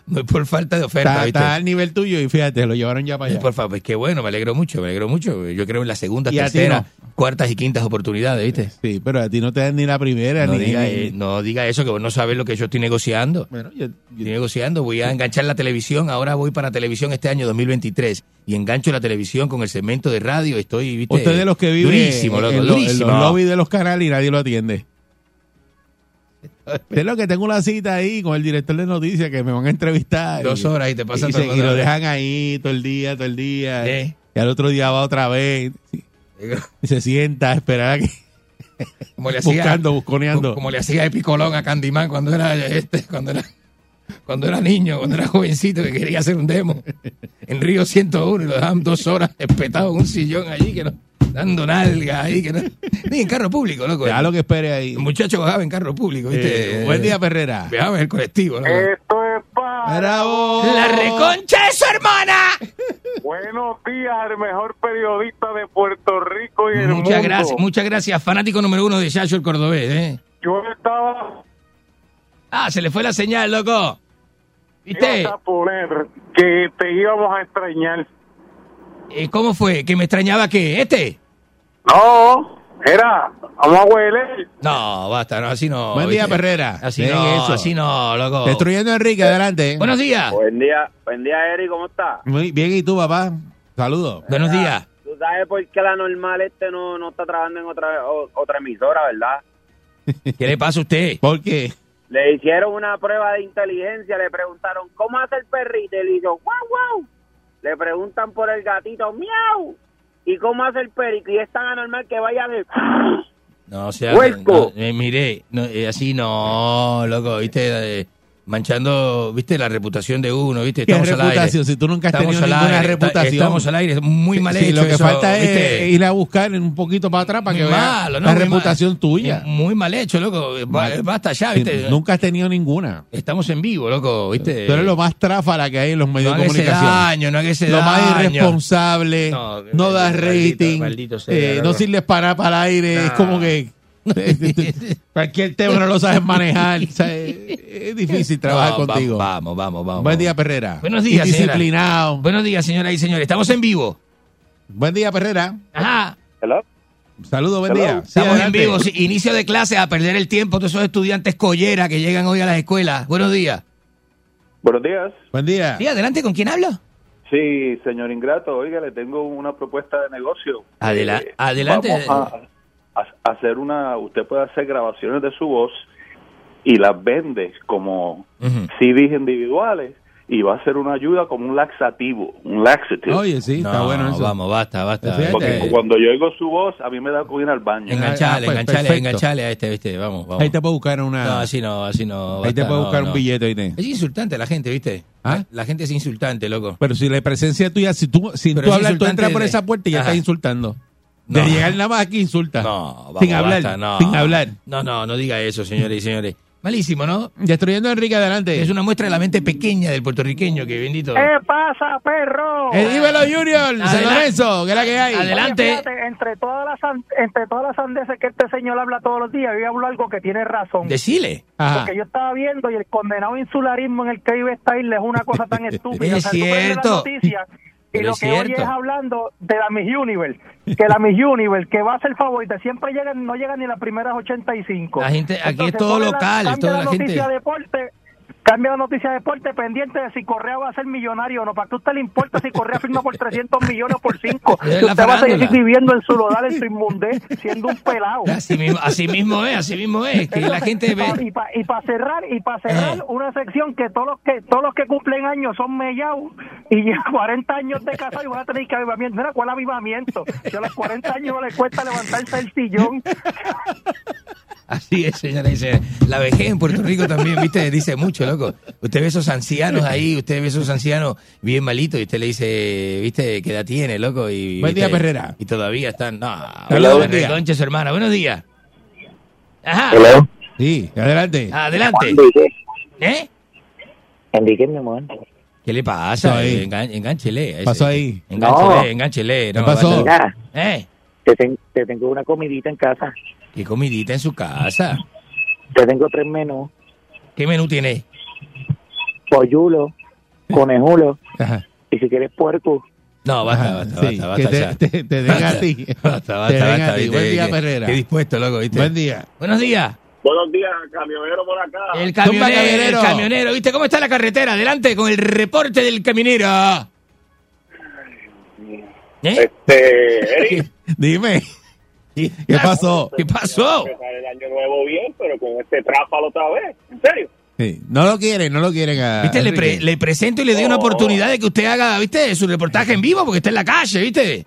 no es por falta de oferta,
Está,
¿viste?
está al nivel tuyo y fíjate, lo llevaron ya para
Y
allá.
por favor, pues qué bueno, me alegro mucho, me alegro mucho. Yo creo en las segundas,
Y a ti
terceras, cuartas y quintas oportunidades, ¿viste?
Sí, pero a ti no te dan ni la primera,
No
ni,
diga,
ni-
eh, no diga eso, que vos no sabes lo que yo estoy negociando. estoy negociando, voy a enganchar la televisión, ahora voy para televisión este año 2023 y engancho la televisión con el segmento de radio, estoy, viste,
Usted es de los que vive
durísimo, loco,
en, lo- en
durísimo.
los lobbies de los canales y nadie lo atiende. Usted es lo que tengo una cita ahí con el director de noticias que me van a entrevistar.
Dos
Y-
horas y te pasan
y,
todo
se-
el
y lo
día.
dejan ahí todo el día, todo el día.
Eh.
Y al otro día va otra vez. Y se sienta a esperar a que.
(laughs) Como le hacía-
buscando, busconeando.
Como le hacía de picolón a Candyman cuando era este, cuando era cuando era niño, cuando era jovencito que quería hacer un demo en Río 101 y lo dejaban dos horas espetado en un sillón allí que no dando nalgas ahí que no ni en carro público, loco.
Ya lo que espere ahí.
El muchacho bajaba en carro público, ¿viste?
Eh, buen día, Perrera.
Viajaba en el colectivo,
Eh,
loco.
¡Bravo!
La reconcha de su hermana.
Buenos días, el mejor periodista de Puerto Rico y el mundo.
Muchas gracias, muchas gracias. Fanático número uno de Yayo el Cordobés, ¿eh?
Yo estaba
Ah, se le fue la señal, loco. ¿Viste?
ibas a poner que te íbamos a extrañar.
Eh, ¿Cómo fue? ¿Que me extrañaba qué? ¿Este?
No, era, vamos a huele.
No, basta, no, así no.
Buen día,
¿viste?
Perrera.
Así
Dejen
no,
eso.
así no, loco.
Destruyendo a Enrique, adelante.
Buenos días.
Buen día, buen día, Eric, ¿cómo estás?
Muy bien, ¿y tú, papá? Saludos.
Buenos días.
Tú sabes por qué la normal este no, no está trabajando en otra, o- otra emisora, ¿verdad?
¿Qué le pasa a usted?
¿Por qué?
Le hicieron una prueba de inteligencia, le preguntaron, ¿cómo hace el perrito? Y le hizo, guau, guau. Le preguntan por el gatito, miau. ¿Y cómo hace el perico? Y es tan anormal que vaya de...
No, o sea,
Huesco.
no, eh, mire, no, eh, así no, loco, viste, Eh, manchando, viste, la reputación de uno, viste,
¿Qué
estamos al aire.
reputación? Si tú nunca has
Estamos
tenido
al
ninguna
aire, está-
reputación.
Estamos al aire, muy mal
Sí,
hecho
lo que
eso,
falta
¿viste?
es ir a buscar un poquito para atrás para que
Muy
vea
malo, ¿no?
la
Muy
reputación
mal.
tuya.
Muy mal hecho, loco, Eh, ba- basta ya, viste.
Que Nunca has tenido ninguna.
Estamos en vivo, loco, viste.
Tú eres lo más tráfala que hay en los medios
No
de
hagas ese
comunicación.
daño, no hagas ese
lo más
daño.
irresponsable.
No,
No,
maldito,
das
maldito,
rating.
maldito sea,
eh, no
loco.
sirves para nada para el aire. Es
Nah. (laughs)
como que. eh, cualquier (laughs) tema no lo sabes manejar. o sea, es, es difícil trabajar
No, va-
contigo.
Vamos, vamos, vamos.
Buen día, Perrera.
Buenos días, señora.
Indisciplinado.
Buenos días, señoras y señores. Estamos en vivo.
Buen día, Perrera.
Ajá.
Saludos, buen día. Sí,
Estamos en
adelante.
vivo. Sí, Inicio de clase a perder el tiempo. Todos esos estudiantes collera que llegan hoy a las escuelas. Buenos días.
Buenos días.
Buen día.
Sí, adelante. ¿Con quién hablo?
Sí, señor Ingrato, oiga, le tengo una propuesta de negocio.
Adela-
Eh,
adelante.
Vamos a, a- hacer una, usted puede hacer grabaciones de su voz y las vende como CDs individuales y va a ser una ayuda como un laxativo, un laxative.
Oye, sí, está
No,
bueno eso.
Vamos, basta, basta.
Porque
Este,
cuando yo oigo su voz, a mí me da como ir al baño.
Enganchale,
Ah, pues,
enganchale,
perfecto.
enganchale a este, ¿viste? Vamos, vamos.
Ahí te puedo buscar una.
No, así no, así no.
ahí te
basta,
puedo
no,
buscar
no.
un billete, Inés.
Es insultante la gente, ¿viste?
¿Ah?
La gente es insultante, loco.
Pero si la presencia tuya, si tú, si
Pero
tú
es
hablas, tú
insultante
entras por
de-
esa puerta y ya
Ajá.
estás insultando.
No.
De llegar nada más aquí insulta.
No,
sin
vamos,
hablar,
basta, no.
sin hablar.
No, no, no diga eso, señores y señores. Malísimo, ¿no?
Destruyendo a Enrique adelante.
Es una muestra de la mente pequeña del puertorriqueño, que bendito.
¿Qué pasa, perro?
Eh, dímelo, Junior, San Lorenzo, ¿qué es la que hay?
Oye, fíjate, entre todas las san- (laughs) entre todas las sandeces que este señor habla todos los días, yo hablo algo que tiene razón.
Decile. Ajá.
Porque yo estaba viendo y el condenado insularismo en el que vive esta isla es una cosa
(laughs)
tan estúpida.
Es
tú prendes las
cierto.
noticias y
Pero
lo
es
que hoy
cierto.
es hablando de la Miss Universe, que la Miss Universe, que va a ser favorita, siempre llegan, no llegan ni las primeras 85.
La gente- aquí es
Entonces,
todo
ponen la-
local, es
cambia
toda la gente-
noticia de deporte Cambia la noticia de deporte pendiente de si Correa va a ser millonario o no. ¿Para qué a usted le importa si Correa firma por 300 millones o por 5?
(laughs) Es
Si
la
usted va a seguir
farándula.
viviendo en su lodal, en su inmundez, siendo un pelado.
Así mismo, así mismo es, así mismo es. Que la gente ve. Eh.
Y para cerrar, y para cerrar una sección que todos los que todos los que cumplen años son mellados y llevan (laughs) 40 años de casa y van a tener que avivamiento. Mira, ¿cuál avivamiento? Si a los 40 años no les cuesta levantarse el sillón.
(laughs) Así es, señora. Dice, la vejez en Puerto Rico también, viste, dice mucho, loco. Usted ve esos ancianos ahí, usted ve esos ancianos bien malitos y usted le dice, viste, ¿qué edad tiene, loco? Y,
Buen
viste,
día, Perrera.
Y todavía están, no,
Hola, buen
me
día.
reconcha su hermana. Buenos días. Ajá.
Sí, adelante.
Ah. Adelante. ¿Eh?
Enrique, mi amor.
¿Qué le pasa?
Pasó ahí.
Eh, engan- Engánchele. a ese.
Pasó ahí.
Engánchele,
No.
engánchele. No, ¿Eh? basta.
Mira, te, ten- te tengo una comidita en casa.
¿Qué comidita en su casa?
Te tengo tres menús.
¿Qué menú tiene?
Pollulo, conejulo
Ajá.
y si quieres puerco.
No, basta, basta, basta,
Ah, Sí,
basta.
que
ya.
te, te, te den a ti.
Basta, basta,
Te den
basta,
a ti.
viste,
Buen día,
que-
Perrera.
que dispuesto, loco, ¿viste?
Buen día.
Buenos días.
(laughs) Buenos días, camionero por acá.
El camionero,
Ah, Zumba, camionero.
el camionero, ¿viste cómo está la carretera? Adelante con el reporte del camionero. ¿Eh?
Este, Eric,
(laughs) Dime. ¿Qué pasó?
¿Qué pasó?
empezar el año nuevo bien, pero con este tráfalo otra vez. ¿En serio?
Sí, No lo quieren, no lo quieren. A,
¿Viste? Le, pre-
Enrique.
le presento y le doy una oportunidad de que usted haga, ¿viste? Su reportaje en vivo porque está en la calle, ¿viste?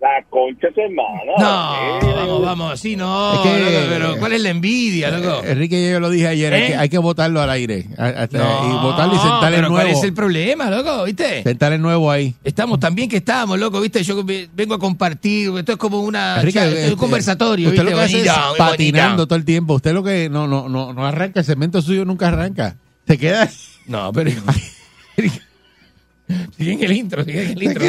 La concha es hermana.
No, vamos, vamos, sí, no.
Es que-
loco, pero ¿cuál es la envidia, loco?
Enrique, yo lo dije ayer, hay,
¿Eh?
que, hay que votarlo al aire. A- hasta- y votarlo y
No,
sentar el
pero ¿cuál
nuevo.
es el problema, loco? ¿Viste?
Sentar el nuevo ahí.
Estamos también que estamos, loco, ¿viste? Yo ve- vengo a compartir, esto es como una
Enrique,
cha- Ah, es
este,
un conversatorio,
Usted
¿viste?
lo que hace es
Bonito,
patinando
bonito.
todo el tiempo. Usted lo que no, no, no, no arranca, el cemento suyo nunca arranca. Se queda.
No, pero. Sigue en el intro, sigue en el intro.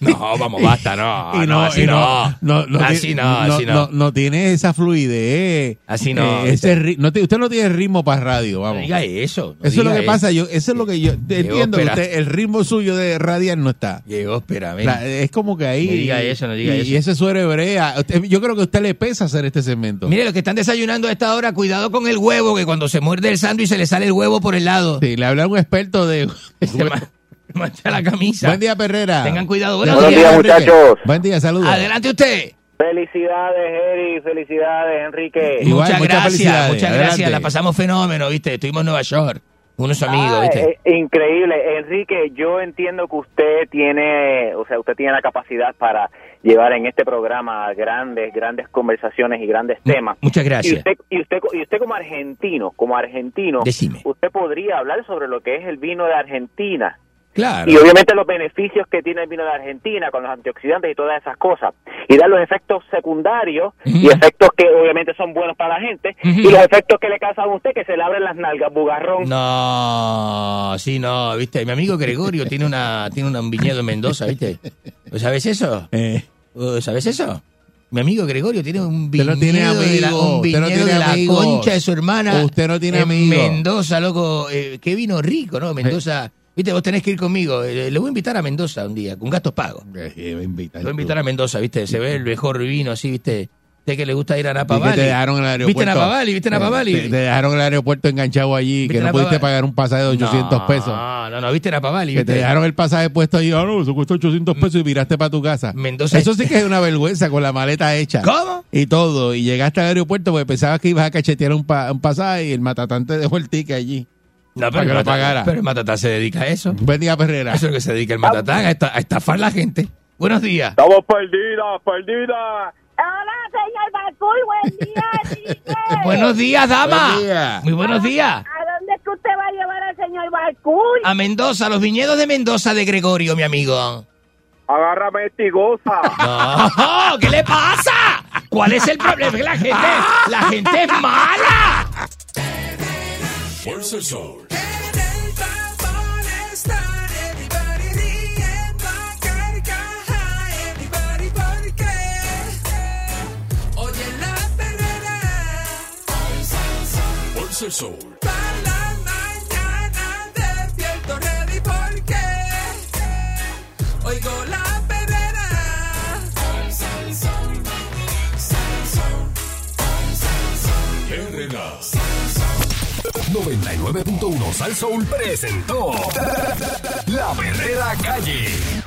No, vamos, basta, no.
y
Ah, no,
no,
así
y
no.
no, no,
así
tiene-
no, así no.
no, tiene esa fluidez. eh,
Así no,
ese ri- no ti- usted no tiene ritmo para radio,
No
vamos.
diga eso. no
eso es lo
diga
que pasa. Yo, eso es lo que yo entiendo. que
espera.
usted, el ritmo suyo de radial no está.
Llegó, espérame.
O sea, es como que ahí.
No diga eso, no diga
y,
eso.
Y ese suero hebrea. usted- yo creo que a usted le pesa hacer este segmento.
Mire, los que están desayunando a esta hora, cuidado con el huevo, que cuando se muerde el sándwich se le sale el huevo por el lado.
Sí, le habla un experto
(laughs)
de. (laughs)
Se ma- mancha la camisa.
Buen día, Perrera.
Tengan cuidado. Buenos,
Buenos
días,
días,
Enrique.
muchachos. Buen día, saludos.
Adelante usted.
Felicidades, Eri, felicidades, Enrique.
Igual,
muchas
muchas
gracias,
felicidades.
muchas
Adelante.
gracias. La pasamos fenómeno, ¿viste? Estuvimos en Nueva York, unos amigos,
Ah,
¿viste?
eh, increíble, Enrique. Yo entiendo que usted tiene, o sea, usted tiene la capacidad para llevar en este programa grandes, grandes conversaciones y grandes
Mm.
temas.
Muchas
Y
gracias.
usted, y usted, y usted como argentino, como argentino,
Decime.
usted podría hablar sobre lo que es el vino de Argentina
Claro.
y obviamente los beneficios que tiene el vino de Argentina con los antioxidantes y todas esas cosas y dar los efectos secundarios y efectos que obviamente son buenos para la gente y los efectos que le causan a usted que se le abren las nalgas, bugarrón.
No, sí, no, viste. Mi amigo Gregorio tiene una tiene una- un viñedo en Mendoza, viste. ¿Vos ¿Sabes eso?
Eh, (laughs)
¿Vos ¿Sabes eso? Mi amigo Gregorio tiene un
Usted
viñedo,
no tiene
de la,
amigos,
un
usted no
viñedo
tiene
de la
amigos.
concha de su hermana.
Usted no tiene
en
amigos. Eh.
Mendoza, loco. Eh, qué vino rico, ¿no? Mendoza. Viste, vos tenés que ir conmigo. Eh, le voy a invitar a Mendoza un día, con gastos pagos.
eh, me invitan.
Lo voy a invitar a Mendoza, ¿viste? Se ve el mejor vino así, ¿viste? Sé que le gusta ir a Napa
Y que
Valley.
te dejaron en el aeropuerto.
¿Viste Napa Valley? ¿Viste Napa
Eh,
Valley?
Te, te dejaron en el aeropuerto enganchado allí,
¿Viste
que no
Napa
pudiste
Valley?
pagar un pasaje de 800
no,
pesos.
No, no, ¿viste Napa Valley?
Que
¿Viste?
te
Mm.
dejaron el pasaje puesto ahí, ah, no, eso cuesta 800 pesos y viraste para tu casa.
Mendoza-
Eso sí que es una vergüenza con la maleta hecha.
¿Cómo?
Y todo. Y llegaste al aeropuerto porque pensabas que ibas a cachetear un, pa- un pasaje y el matatán te dejó el ticket allí.
No,
para
pero,
que
el
lo
Matatán-
pagara.
pero el Matatán se dedica a eso.
Buen día, Perrera. (laughs)
Eso es lo que se dedica el Matatán, a, esta- a estafar a la gente. Buenos días.
Estamos perdidas, perdidas.
Hola, señor Bakul, buen día, Enrique.
Buenos días, dama.
Buen día.
Muy buenos días.
¿A dónde es que usted va a llevar al señor Bakul?
A Mendoza, los viñedos de Mendoza de Gregorio, mi amigo.
Agárrame este y goza.
No, (laughs) ¿qué le pasa? ¿Cuál es el problema? La gente, la gente es mala.
Fuerza el sol. Fuerza el sol.
Oigo la perrera.
99.1 Sal Soul presentó La Verdadera Calle.